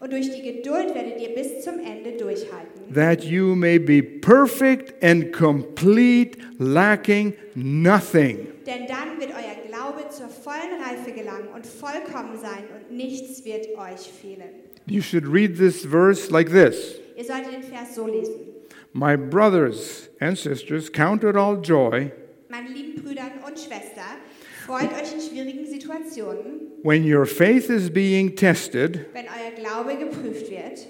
B: Und durch die Geduld werdet ihr bis zum Ende durchhalten,
A: that you may be perfect and complete, lacking nothing.
B: denn dann wird euer Glaube zur vollen Reife gelangen und vollkommen sein und nichts wird euch fehlen.
A: You should read this verse like this
B: Ihr solltet den Vers so lesen.
A: My brothers and sisters, count it all joy
B: Meine lieben Brüder und Schwestern, freut euch in schwierigen Situationen,
A: when your faith is being tested.
B: wenn euer Glaube geprüft wird.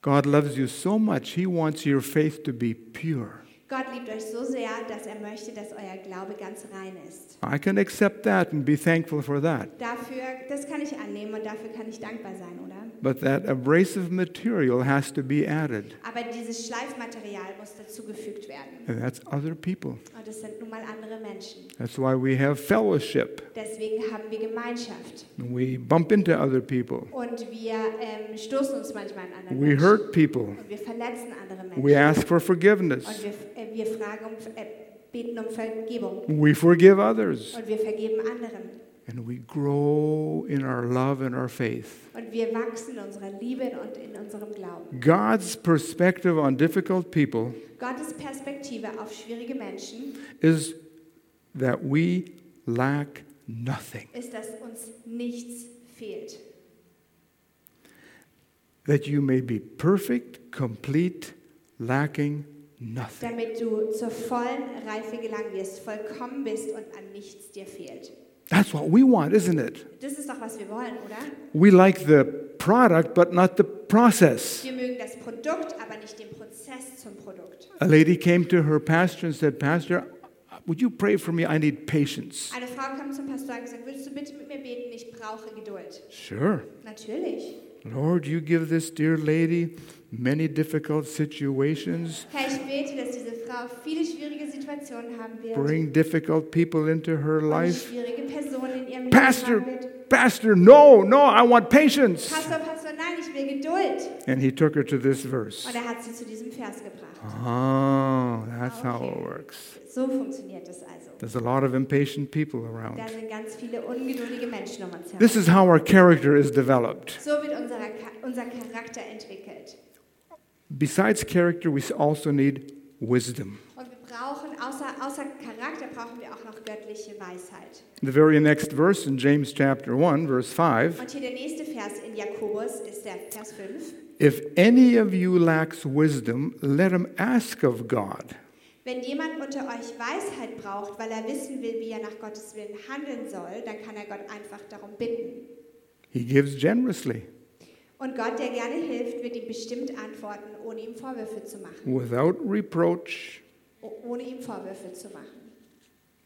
A: God loves you so much, He wants your faith to be pure.
B: Gott liebt euch so sehr, dass er möchte, dass euer Glaube ganz rein ist.
A: I can accept that and be thankful for that.
B: Dafür, das kann ich annehmen und dafür kann ich dankbar sein, oder?
A: But that abrasive material has to be added,
B: Aber dieses Schleifmaterial muss dazugefügt werden.
A: and that's other people.
B: Und es sind nun mal andere Menschen.
A: That's why we have fellowship.
B: Deswegen haben wir Gemeinschaft.
A: We bump into other people.
B: Und wir ähm, stoßen uns manchmal an andere
A: We
B: Menschen.
A: hurt people.
B: Und wir verletzen andere Menschen.
A: We ask for
B: und
A: forgiveness.
B: wir, äh, wir fragen um, äh, beten um Vergebung.
A: We forgive others.
B: Und wir vergeben anderen.
A: And we grow in our love and our faith.
B: Und wir wachsen in unserer Liebe und in unserem Glauben.
A: God's perspective on difficult people
B: Gottes Perspektive auf schwierige Menschen
A: is that we lack nothing,
B: ist, dass uns nichts fehlt.
A: that you may be perfect, complete, lacking nothing.
B: Damit du zur vollen Reife gelangen wirst, vollkommen bist und an nichts dir fehlt.
A: That's what we want, isn't it?
B: Das ist doch, was wir wollen, oder?
A: We like the product, but not the process.
B: Wir mögen das Produkt, aber nicht den Prozess zum Produkt.
A: A lady came to her pastor and said, Pastor, would you pray for me? I need patience.
B: Eine Frau kam zum Pastor und gesagt, würdest du bitte mit mir beten? Ich brauche Geduld.
A: Sure.
B: Natürlich.
A: Lord, you give this dear lady many difficult situations.
B: Herr, ich bete, dass diese Frau viele schwierige Situationen haben wird.
A: Bring difficult people into her
B: und
A: life.
B: schwierige Personen in ihrem
A: Pastor,
B: Leben haben wird.
A: Pastor, no, no, I want patience.
B: Pastor, Pastor, nein, ich will Geduld.
A: And he took her to this verse.
B: Und er hat sie zu diesem Vers gebracht.
A: Oh, that's how it works.
B: So funktioniert das also.
A: There's a lot of impatient people
B: Da
A: around.
B: sind ganz viele ungeduldige Menschen um uns herum.
A: This is how our character is developed.
B: So wird unser, unser Charakter entwickelt.
A: Besides character, we also need wisdom.
B: Und wir brauchen, außer, außer Charakter, brauchen wir auch noch göttliche Weisheit.
A: The very next verse in James chapter 1, verse 5
B: Und hier der nächste Vers in Jakobus ist der Vers 5.
A: If any of you lacks wisdom, let him ask of God,
B: Wenn jemand unter euch Weisheit braucht, weil er wissen will, wie er nach Gottes Willen handeln soll, dann kann er Gott einfach darum bitten.
A: he gives generously.
B: Und Gott, der gerne hilft, wird ihm bestimmt antworten, ohne ihm Vorwürfe zu machen.
A: without reproach.
B: Oh- ohne ihm Vorwürfe zu machen.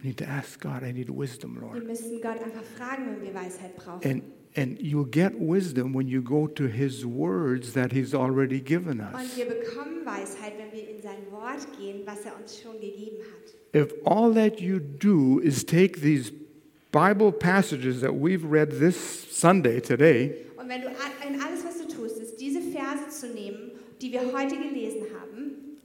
A: You need to ask God, I need wisdom,
B: Wir
A: Lord.
B: müssen Gott einfach fragen, wenn wir Weisheit brauchen.
A: And and you'll get wisdom when you go to his words that he's already given
B: Und
A: us.
B: wir bekommen Weisheit, wenn wir in sein Wort gehen, was er uns schon gegeben hat.
A: If all that you do is take these Bible passages that we've read this Sunday today
B: Und wenn du a- in alles, was du tust, ist diese Verse zu nehmen, die wir heute gelesen haben.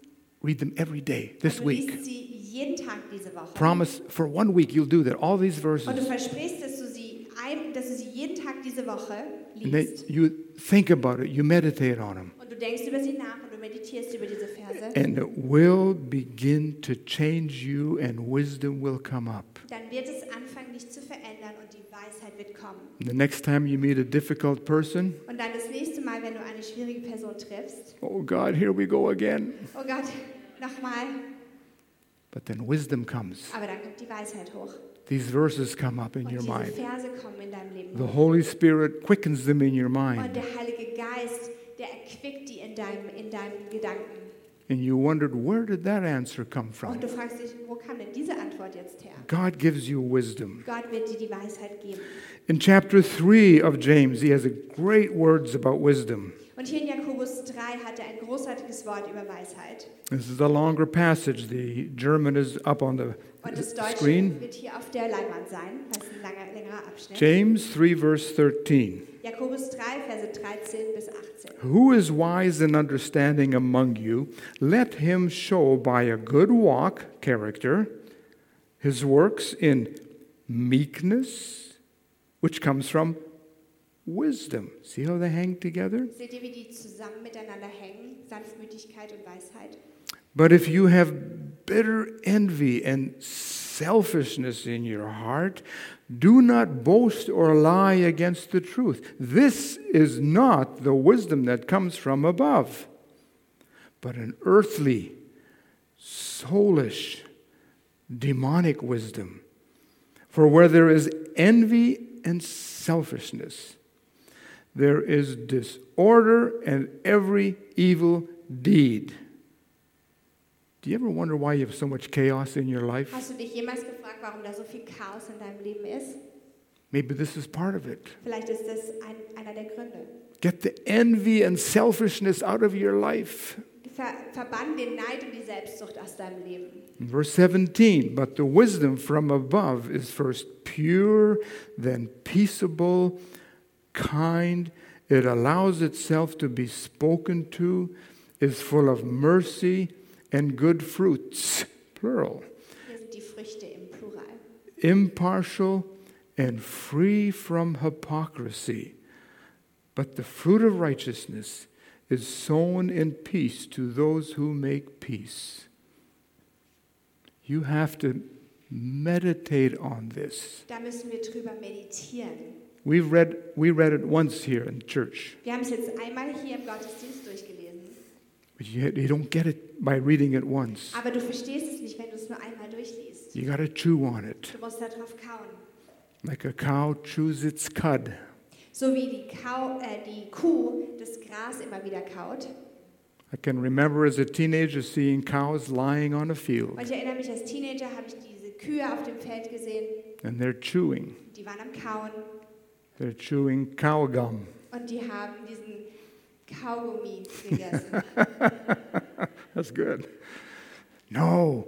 A: read them every day this
B: und du liest
A: week.
B: sie jeden Tag diese Woche.
A: Promise for one week you'll do that. All these
B: Und du
A: verses.
B: versprichst, dass du sie, ein, dass du sie jeden Tag diese Woche
A: And then
B: liest.
A: you think about it, you meditate on them.
B: Und du denkst über sie nach und du meditierst über diese Verse.
A: And it will begin to change you and wisdom will come up.
B: Dann wird es anfangen, dich zu verändern und die Weisheit wird kommen.
A: The next time you meet a difficult person,
B: Und dann das nächste Mal, wenn du eine schwierige Person triffst,
A: oh God, here we go again.
B: oh Gott, <laughs> nochmal.
A: But then wisdom comes.
B: Aber dann kommt die Weisheit hoch.
A: These verses come up in
B: Und
A: your
B: diese
A: mind.
B: Verse kommen in deinem Leben
A: The
B: hoch.
A: Holy Spirit quickens them in your
B: Und
A: mind.
B: der Heilige Geist, der erquickt die in deinem, in deinem Gedanken.
A: And you wondered, where did that answer come
B: Und
A: from?
B: du fragst dich, wo kam denn diese Antwort jetzt her?
A: God gives you wisdom.
B: Gott wird dir die Weisheit geben.
A: In chapter 3 of James, he has a great words about wisdom.
B: Und hier in Jakobus 3 hat er ein großartiges Wort über Weisheit.
A: This is a longer passage. The German is up on the
B: Und das Deutsche
A: screen.
B: wird hier auf der Leinwand sein. Das ist ein langer, längerer Abschnitt.
A: James 3, verse 13.
B: Jakobus 3, Verse 13 bis 18.
A: Who is wise in understanding among you? Let him show by a good walk, character, his works in meekness, which comes from wisdom. See how they hang together?
B: Seht ihr, wie die zusammen miteinander hängen? Sanftmütigkeit und Weisheit.
A: But if you have bitter envy and selfishness in your heart, do not boast or lie against the truth. This is not the wisdom that comes from above, but an earthly, soulish, demonic wisdom. For where there is envy and selfishness, there is disorder and every evil deed. Do you ever wonder why you have so much chaos in your life?
B: Hast du dich jemals gefragt, warum da so viel Chaos in deinem Leben ist?
A: Maybe this is part of it.
B: Vielleicht ist das ein, einer der Gründe.
A: Get the envy and selfishness out of your life.
B: Ver, verbann den Neid und die Selbstsucht aus deinem Leben.
A: Verse 17, but the wisdom from above is first pure, then peaceable, kind. It allows itself to be spoken to, is full of mercy and good fruits, plural,
B: Hier sind die Früchte im Plural.
A: impartial and free from hypocrisy. But the fruit of righteousness is sown in peace to those who make peace. You have to meditate on this.
B: Da müssen wir drüber meditieren.
A: We've read, we read it once here in church,
B: Wir haben es jetzt einmal hier im Gottesdienst durchgelesen.
A: but you, you don't get it by reading it once.
B: Aber du verstehst es nicht, wenn du es nur einmal durchliest.
A: You got to chew on it,
B: Du musst darauf kauen.
A: like a cow chews its cud.
B: So wie die, Kau, äh, die Kuh das Gras immer wieder kaut.
A: I can remember as a teenager seeing cows lying on a field
B: Und ich erinnere mich, als Teenager habe ich diese Kühe auf dem Feld gesehen.
A: and they're chewing.
B: Die waren am Kauen.
A: They're chewing cow gum.
B: Und die haben diesen Kaugummi gegessen.
A: That's good. No.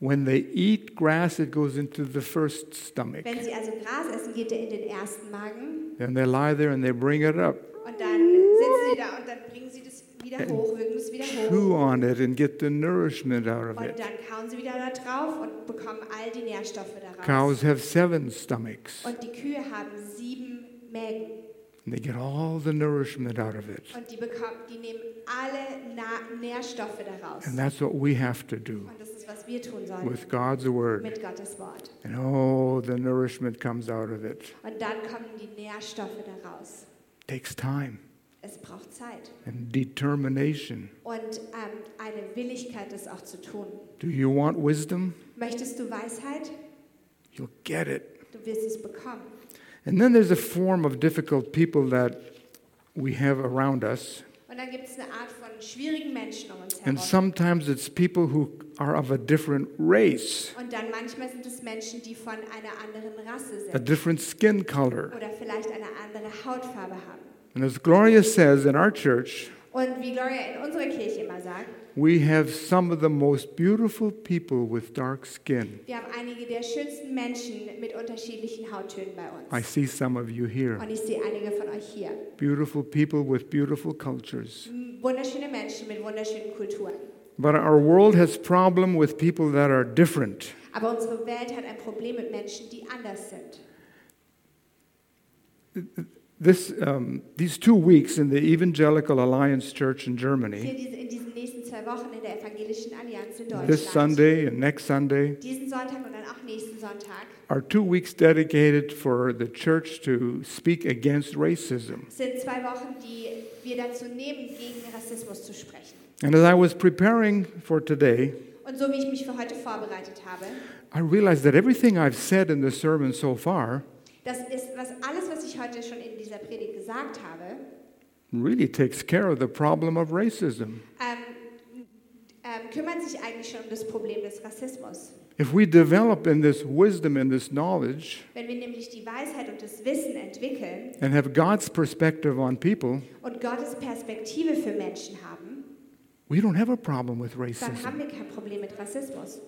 A: When they eat grass, it goes into the first stomach.
B: Wenn sie also Gras essen, geht er in den ersten Magen.
A: Then they lie there and they bring it up,
B: Und dann sitzen sie da und dann bringen sie das wieder
A: Äh,
B: hoch, wirken es wieder hoch.
A: chew on it, and get the nourishment out of
B: Und
A: it.
B: dann kauen sie wieder da drauf und bekommen all die Nährstoffe daraus.
A: Cows have seven stomachs,
B: Und die Kühe haben sieben Mägen.
A: and they get all the nourishment out of it.
B: Und die, bekommen, die nehmen alle Na Nährstoffe daraus.
A: And that's what we have to do
B: Und das ist, was wir tun sollen
A: with God's Word.
B: mit Gottes Wort.
A: And oh, the nourishment comes out of it.
B: Und dann kommen die Nährstoffe daraus.
A: Takes time
B: Es braucht Zeit.
A: and determination.
B: und ähm, eine Willigkeit, das auch zu tun.
A: Do you want wisdom?
B: Möchtest du Weisheit?
A: You'll get it.
B: Du wirst es bekommen.
A: And then there's a form of difficult people that we have around us.
B: Und dann gibt es eine Art von schwierigen Menschen um uns
A: And
B: herum.
A: sometimes it's people who are of a different race,
B: Und dann manchmal sind es Menschen, die von einer anderen Rasse
A: a
B: sind
A: different skin color.
B: oder vielleicht eine andere Hautfarbe haben.
A: And as Gloria says in our church,
B: Und wie Gloria in unserer Kirche immer sagt,
A: we have some of the most beautiful people with dark skin.
B: wir haben einige der schönsten Menschen mit unterschiedlichen Hauttönen bei
A: I
B: uns.
A: see some of you here.
B: Und ich sehe einige von euch hier.
A: Beautiful people with beautiful cultures.
B: Wunderschöne Menschen mit wunderschönen Kulturen.
A: But our world has problem with people that are different.
B: Aber unsere Welt hat ein Problem mit Menschen, die anders sind.
A: This, um, these two weeks in the Evangelical Alliance Church in Germany,
B: Hier diese- in diesen nächsten zwei Wochen in der Evangelischen Allianz in Deutschland.
A: This Sunday and next Sunday
B: Diesen Sonntag und dann auch nächsten Sonntag
A: are two weeks dedicated for the church to speak against racism.
B: sind zwei Wochen, die wir dazu nehmen, gegen Rassismus zu sprechen.
A: And as I was preparing for today,
B: Und so wie ich mich für heute vorbereitet habe,
A: I realized that everything I've said in the sermon so far
B: das ist was alles, was ich heute schon in dieser Predigt gesagt habe,
A: really takes care of the problem of racism.
B: ähm, ähm, kümmert sich eigentlich schon um das Problem des Rassismus.
A: If we develop in this wisdom and this knowledge
B: Wenn wir nämlich die Weisheit und das Wissen entwickeln
A: and have God's perspective on people,
B: und Gottes Perspektive für Menschen haben,
A: we don't have a problem with
B: dann
A: racism.
B: haben wir kein Problem mit Rassismus.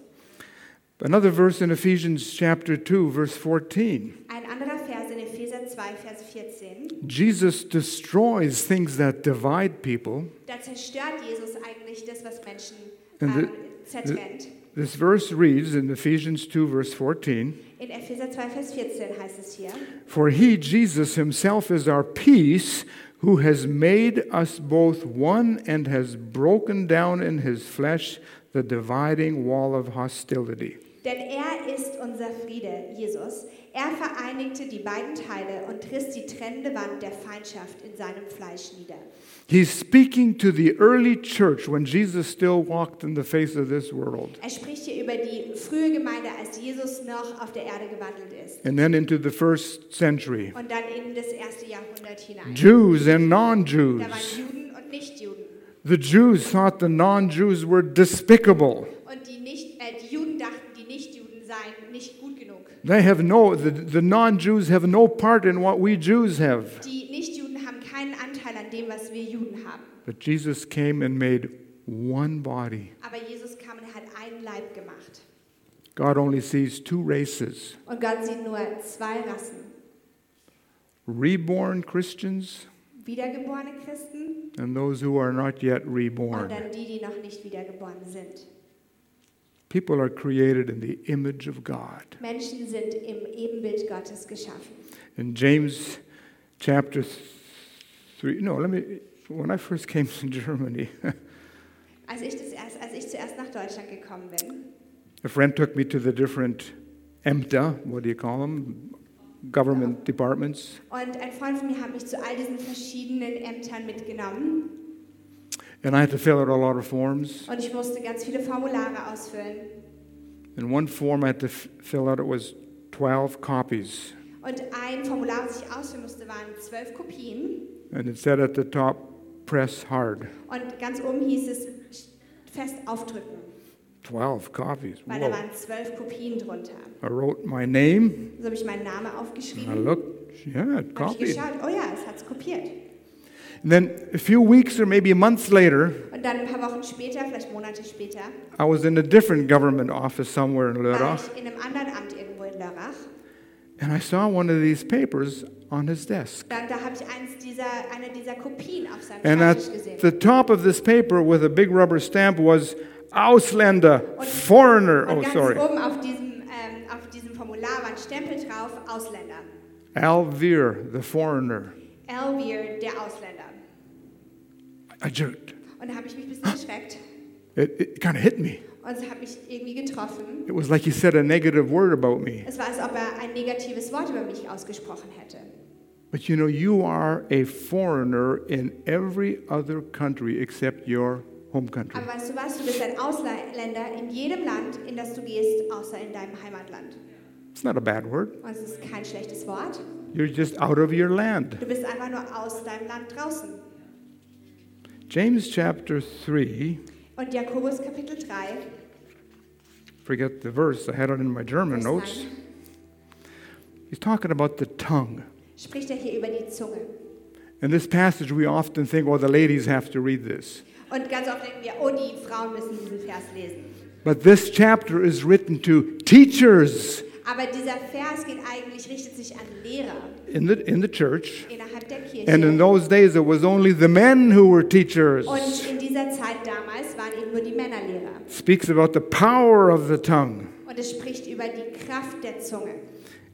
A: Another verse in Ephesians chapter 2 verse 14.
B: Ein anderer Vers in Epheser 2, Vers Vers 14,
A: Jesus destroys things that divide people.
B: da zerstört Jesus eigentlich das, was Menschen
A: And
B: ähm,
A: the-
B: zertrennt.
A: This verse reads in Ephesians 2, verse 14
B: In Epheser 2, Vers 14 heißt es hier,
A: For he, Jesus himself, is our peace, who has made us both one and has broken down in his flesh the dividing wall of hostility.
B: Denn er ist unser Friede, Jesus. Er vereinigte die beiden Teile und riss die trennende Wand der Feindschaft in seinem Fleisch nieder.
A: He's speaking to the early church when Jesus still walked in the face of this world,
B: Er spricht hier über die frühe Gemeinde, als Jesus noch auf der Erde gewandelt ist.
A: and then into the first century.
B: Und dann in das erste Jahrhundert hinein.
A: Jews and non
B: Da waren
A: Jews.
B: Juden und Nichtjuden.
A: The Jews thought the non Jews were despicable.
B: Und die, nicht, äh, die Juden dachten, die Nichtjuden seien nicht gut genug.
A: They have no, the, the non Jews have no part in what we Jews have.
B: Die Nichtjuden haben keinen Anteil an dem, was wir Juden haben.
A: But Jesus came and made one body.
B: Aber Jesus kam und hat einen Leib gemacht.
A: God only sees two races
B: Und Gott sieht nur zwei Rassen.
A: reborn Christians
B: wiedergeborene Christen
A: and those who are not yet
B: und
A: reborn.
B: dann die, die noch nicht wiedergeboren sind.
A: People are created in the image of God.
B: Menschen sind im Ebenbild Gottes geschaffen.
A: In James chapter 3, no, let me, when I first came to <laughs> Germany,
B: Als ich, das erst, als ich zuerst nach Deutschland gekommen bin,
A: a friend took me to the different EMTA, what do you call them? Government departments.
B: und ein Freund von mir hat mich zu all diesen verschiedenen Ämtern mitgenommen
A: And I had to fill out a lot of forms.
B: und ich musste ganz viele Formulare ausfüllen.
A: And one form I had to f- fill out, it was 12 copies.
B: Und ein Formular, das ich ausfüllen musste, waren zwölf Kopien
A: And it said at the top, press hard.
B: und ganz oben hieß es fest aufdrücken,
A: 12 copies.
B: weil da
A: Whoa.
B: waren zwölf Kopien drunter.
A: I wrote my name.
B: So habe ich meinen Namen
A: And I
B: aufgeschrieben,
A: looked, yeah, it
B: habe ich
A: copied.
B: geschaut, oh ja, es hat es kopiert.
A: And then a few weeks or maybe a month later,
B: Und dann ein paar Wochen später, vielleicht Monate später,
A: I was in a different government office somewhere in
B: war
A: Lörrach.
B: ich in einem anderen Amt irgendwo in Lörrach.
A: And I saw one of these papers on his desk.
B: Dann, da habe ich eins dieser, eine dieser Kopien auf seinem
A: And
B: Schreibtisch
A: at
B: gesehen.
A: the top of this paper with a big rubber stamp was Ausländer,
B: Und-
A: foreigner.
B: Und
A: Oh,
B: ganz
A: sorry.
B: oben auf diesem, ähm, auf diesem Formular war ein Stempel drauf, Ausländer.
A: Alvear, the foreigner.
B: Elvier, der Ausländer.
A: I jerked.
B: Und da habe ich mich ein bisschen erschreckt
A: It, it kind of hit me.
B: und es hat mich irgendwie getroffen.
A: It was like he said a negative word about me.
B: Es war, als ob er ein negatives Wort über mich ausgesprochen hätte.
A: But you know, you are a foreigner in every other country except your home country.
B: Aber weißt du was, du bist ein Ausländer in jedem Land, in das du gehst, außer in deinem Heimatland.
A: It's not a bad word.
B: Und es ist kein schlechtes Wort.
A: You're just out of your land.
B: Du bist einfach nur aus deinem Land draußen.
A: James chapter 3,
B: Und Jakobus Kapitel 3,
A: forget the verse, I had it in my German
B: Vers
A: notes.
B: 9,
A: He's talking about the tongue.
B: spricht er hier über die Zunge.
A: In this passage, we often think, well, the ladies have to read this.
B: Und ganz oft denken wir, oh, die Frauen müssen diesen Vers lesen.
A: But this chapter is written to teachers
B: Aber dieser Vers geht eigentlich, richtet sich an Lehrer
A: in the, in the church.
B: innerhalb der
A: And in
B: Kirche.
A: those days, it was only the men who were teachers.
B: Und in dieser Zeit damals waren eben nur die Männer Lehrer.
A: speaks about the power of the tongue.
B: Und es spricht über die Kraft der Zunge.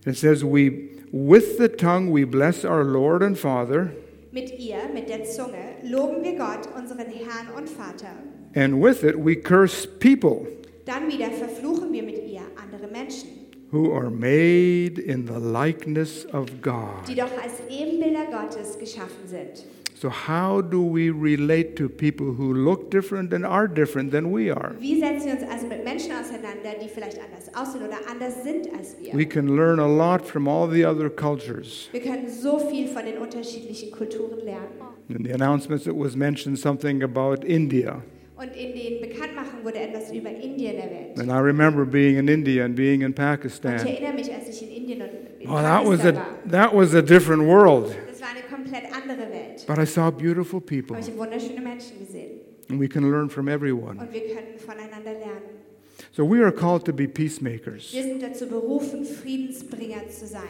A: It says, "We with the tongue we bless our Lord and Father,
B: Mit ihr, mit der Zunge, loben wir Gott, unseren Herrn und Vater.
A: and with it we curse people
B: Dann wieder verfluchen wir mit ihr andere Menschen.
A: who are made in the likeness of
B: die
A: God."
B: doch als Ebenbilder Gottes geschaffen sind.
A: So how do we relate to people who look different and are different than we are?
B: Wie setzen wir uns also mit Menschen auseinander, die vielleicht anders aussehen oder anders sind als wir?
A: We can learn a lot from all the other cultures.
B: Wir können so viel von den unterschiedlichen Kulturen lernen.
A: In the announcements, it was mentioned something about India.
B: Und in den Bekanntmachen wurde etwas über Indien erwähnt.
A: And I remember being in India and being in
B: Und ich
A: Pakistan.
B: erinnere mich, als ich in Indien und in
A: Well, Oh, that was
B: Pakistan
A: a,
B: war.
A: that was a different world.
B: Das war eine komplett andere Welt.
A: But I saw beautiful people,
B: Habe ich wunderschöne Menschen gesehen.
A: and we can learn from everyone.
B: Und wir können voneinander lernen.
A: So we are called to be peacemakers.
B: Wir sind dazu berufen, Friedensbringer zu sein.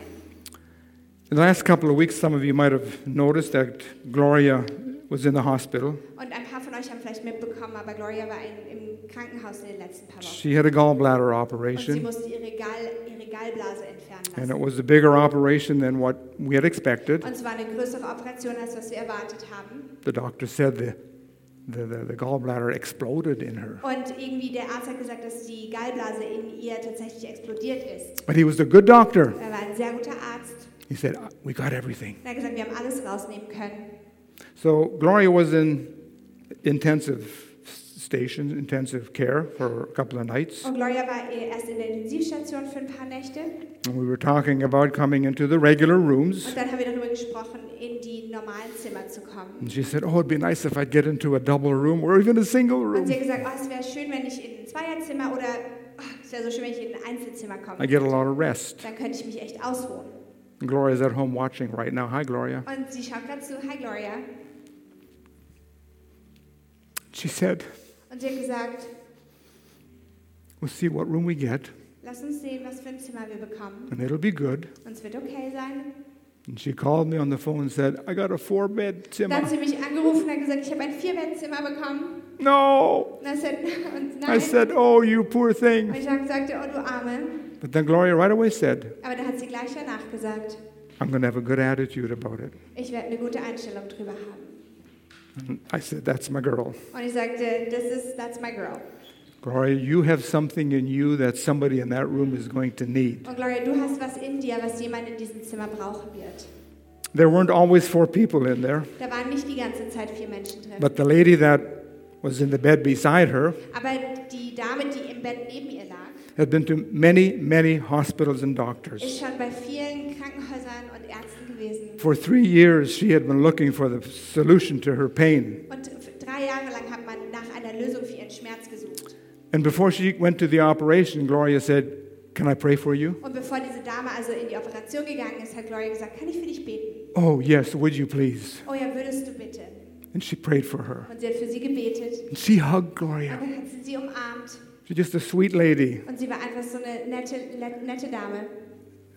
A: In the last couple of weeks, some of you might have noticed that Gloria was in the hospital.
B: Und ein paar von euch haben vielleicht mitbekommen, aber Gloria war in, im Krankenhaus in den letzten paar Wochen.
A: She had a gallbladder
B: Und sie
A: operation,
B: musste ihre, Gall, ihre Gallblase entfernen
A: and it
B: lassen.
A: was a bigger operation than what we had expected.
B: Und es war eine größere Operation, als was wir erwartet haben.
A: The doctor said the, the, the, the gallbladder exploded in her.
B: Und irgendwie der Arzt hat gesagt, dass die Gallblase in ihr tatsächlich explodiert ist.
A: But he was a good doctor.
B: Er war ein sehr guter Arzt.
A: He said, We got everything.
B: Er hat gesagt, wir haben alles rausnehmen können.
A: So Gloria was in intensive station, intensive care for a couple of nights.
B: Und Gloria war eh erst in der Intensivstation für ein paar Nächte.
A: And we were talking about coming into the regular rooms.
B: Und dann haben wir darüber gesprochen, in die normalen Zimmer zu kommen.
A: And she said, Oh, it'd be nice if I'd get into a double room or even a single
B: Und sie
A: room.
B: hat gesagt, oh, es wäre schön, wenn ich in ein Zweierzimmer oder oh, es wäre so schön, wenn ich in ein Einzelzimmer komme.
A: I get a lot of rest.
B: Dann könnte ich mich echt ausruhen.
A: Gloria's at home watching right now. Hi, Gloria.
B: Und sie schaut gerade zu, hi Gloria.
A: She said,
B: Und sie hat gesagt,
A: We'll see what room we get,
B: lass uns sehen, was für ein Zimmer wir bekommen.
A: and it'll be good.
B: Und es wird okay sein.
A: And she called me on the phone and said, I got a four bed
B: Dann
A: Zimmer.
B: hat sie mich angerufen und hat gesagt, ich habe ein Vierbettzimmer bekommen.
A: No.
B: Und, dann said, <laughs> und
A: I
B: nein.
A: said, Oh, you poor
B: Und
A: thing.
B: ich hab- sagte, oh du Arme.
A: But then Gloria right away said,
B: Aber dann hat sie gleich danach gesagt,
A: I'm going to have a good attitude about it.
B: ich werde eine gute Einstellung drüber haben.
A: And I said, That's my girl.
B: Und ich sagte, this is, that's my girl.
A: Gloria, you have something in you that somebody in that room is going to need.
B: Und Gloria, du hast was in dir, was jemand in diesem Zimmer brauchen wird.
A: There weren't always four people in there,
B: Da waren nicht die ganze Zeit vier Menschen drin.
A: but the lady that was in the bed beside her
B: Aber die Dame, die im Bett neben ihr lag,
A: had been to many, many hospitals and
B: ist
A: doctors.
B: schon bei vielen Krankenhäusern und Ärzten gewesen.
A: For three years, she had been looking for the solution to her pain.
B: Und f- drei Jahre lang hat man nach einer Lösung für ihren Schmerz gesucht.
A: And before she went to the operation, Gloria said, Can I pray for you?
B: Und bevor diese Dame also in die Operation gegangen ist, hat Gloria gesagt, kann ich für dich beten?
A: Oh, yes, would you please?
B: Oh ja, würdest du bitte?
A: And she prayed for her.
B: Und sie hat für sie gebetet.
A: And she hugged
B: Und
A: Gloria.
B: dann hat sie sie umarmt.
A: She's just a sweet lady.
B: Und sie war einfach so eine nette, le- nette Dame.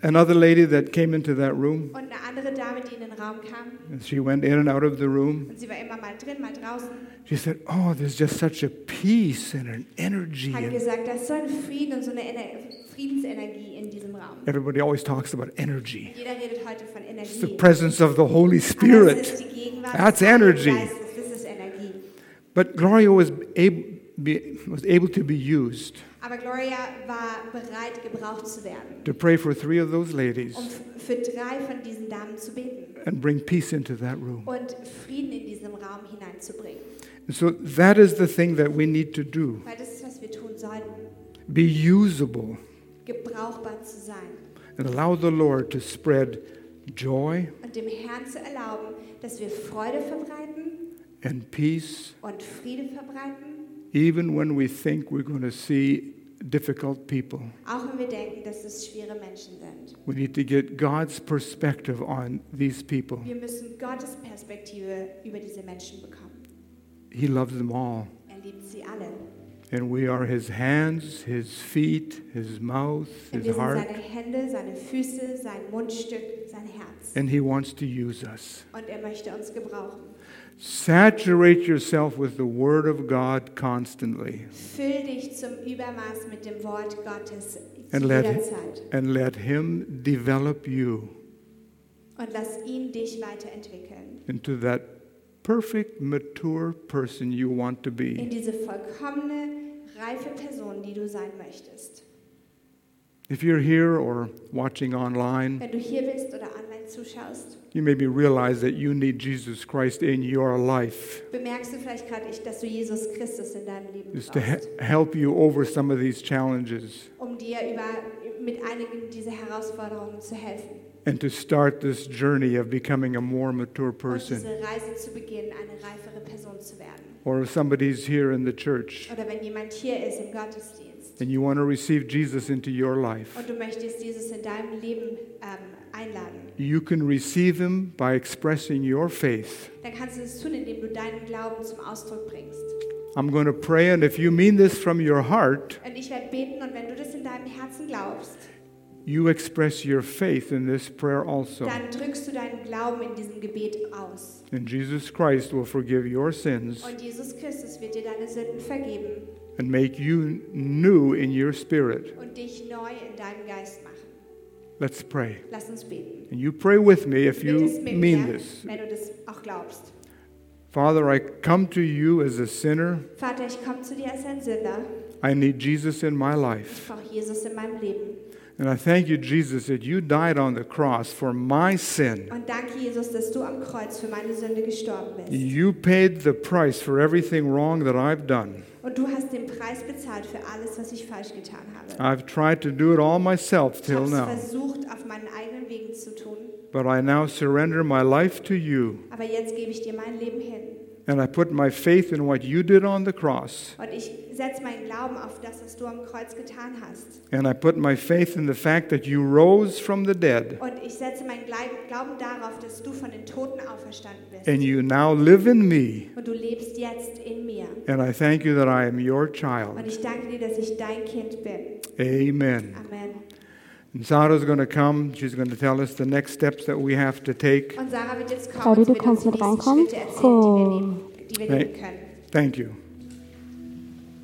A: Another lady that came into that room,
B: Und eine andere Dame, die in den Raum kam.
A: and she went in and out of the room.
B: Und sie war immer mal drin, mal draußen.
A: She said, Oh, there's just such a peace and an energy.
B: Hat
A: And
B: gesagt, da ist so ein Frieden und so eine Ener Friedensenergie in diesem Raum.
A: everybody always talks about energy.
B: Jeder redet heute von
A: It's the
B: Energie.
A: presence of the Holy
B: Aber es ist
A: Spirit.
B: die Gegenwart
A: That's
B: des Heiligen
A: energy.
B: Geistes. Das ist Energie.
A: But Gloria was able, be, was able to be used
B: Aber Gloria war bereit, gebraucht zu werden,
A: to pray for three of those
B: um
A: ladies
B: f- für drei von diesen Damen zu beten
A: and bring peace into that room.
B: und Frieden in diesem Raum hineinzubringen.
A: And so that is the thing that we need to do
B: Weil das ist, was wir tun sollten,
A: be usable
B: gebrauchbar zu sein
A: and allow the Lord to spread joy
B: und dem Herrn zu erlauben, dass wir Freude verbreiten
A: and peace,
B: und Friede verbreiten,
A: even when we think we're going to see difficult people.
B: auch wenn wir denken, dass es schwere Menschen sind.
A: We need to get God's perspective on these people.
B: Wir müssen Gottes Perspektive über diese Menschen bekommen.
A: He loves them all,
B: Er liebt sie alle.
A: and we are His hands, His feet, His mouth,
B: Und
A: His
B: wir sind seine
A: heart,
B: Hände, seine Füße, sein Mundstück, sein Herz.
A: and He wants to use us.
B: Und er möchte uns gebrauchen.
A: Saturate yourself with the Word of God constantly
B: Füll dich zum Übermaß mit dem Wort Gottes zu
A: And let
B: jeder
A: it-
B: Zeit.
A: and let Him develop you.
B: Und lass ihn dich weiterentwickeln.
A: into that perfect, mature person you want to
B: In
A: be.
B: diese vollkommene, reife Person, die du sein möchtest.
A: If you're here or watching online,
B: Wenn du hier bist oder online zuschaust,
A: you maybe realize that you need Jesus Christ in your life
B: bemerkst du vielleicht gerade ich, dass du Jesus Christus in deinem Leben
A: is to
B: brauchst,
A: he- help you over some of these challenges
B: um dir über, mit einigen dieser Herausforderungen zu helfen.
A: and to start this journey of becoming a more mature
B: Und
A: person.
B: um diese Reise zu beginnen, eine reifere Person zu werden.
A: Or if somebody's here in the church
B: Oder wenn jemand hier ist im Gottesdienst
A: and you want to receive Jesus into your life,
B: und du möchtest Jesus in deinem Leben ähm, einladen,
A: you can receive him by expressing your faith.
B: dann kannst du es tun, indem du deinen Glauben zum Ausdruck bringst.
A: I'm going to pray, and if you mean this from your heart,
B: Und ich werde beten und wenn du das in deinem Herzen glaubst,
A: you express your faith in this prayer also.
B: dann drückst du deinen Glauben in diesem Gebet aus.
A: And Jesus Christ will forgive your sins
B: Und Jesus Christus wird dir deine Sünden vergeben
A: and make you new in your spirit.
B: und dich neu in deinem Geist machen.
A: Let's pray.
B: Lass uns beten.
A: And you pray with me if
B: Bete es
A: you
B: mit
A: mean
B: mir,
A: this.
B: wenn du das auch glaubst.
A: Father, I come to you as a sinner.
B: Vater, ich komme zu dir als ein Sünder.
A: I need Jesus in my
B: Ich
A: life.
B: brauche Jesus in meinem Leben.
A: And I thank you, Jesus, that you died on the cross for my sin.
B: Und danke, Jesus, dass du am Kreuz für meine Sünde gestorben bist.
A: You paid the price for everything wrong that I've done.
B: Und du hast den Preis bezahlt für alles, was ich falsch getan habe.
A: I've tried to do it all myself
B: Ich
A: till
B: habe es
A: now.
B: versucht, auf meinen eigenen Wegen zu tun.
A: But I now surrender my life to you.
B: Aber jetzt gebe ich dir mein Leben hin.
A: And I put my faith in what you did on the cross.
B: Und ich setze meinen Glauben auf das, was du am Kreuz getan hast.
A: And I put my faith in the fact that you rose from the dead.
B: Und ich setze meinen Glei- Glauben darauf, dass du von den Toten auferstanden
A: And
B: bist.
A: you now live in me.
B: Und du lebst jetzt in mir.
A: And I thank you that I am your
B: Und
A: child.
B: ich danke dir, dass ich dein Kind bin.
A: Amen.
B: Amen.
A: And Sarah's going to come. She's going to tell us the next steps that we have to take.
B: Und Sarah wird jetzt kommen.
C: Claudi,
B: sie
C: du
B: wird uns
C: kannst
B: die
C: mit
B: nächsten
C: reinkommen.
B: Schritte erzählen, die wir
C: Cool.
B: nehmen, die wir nehmen können.
A: Thank you.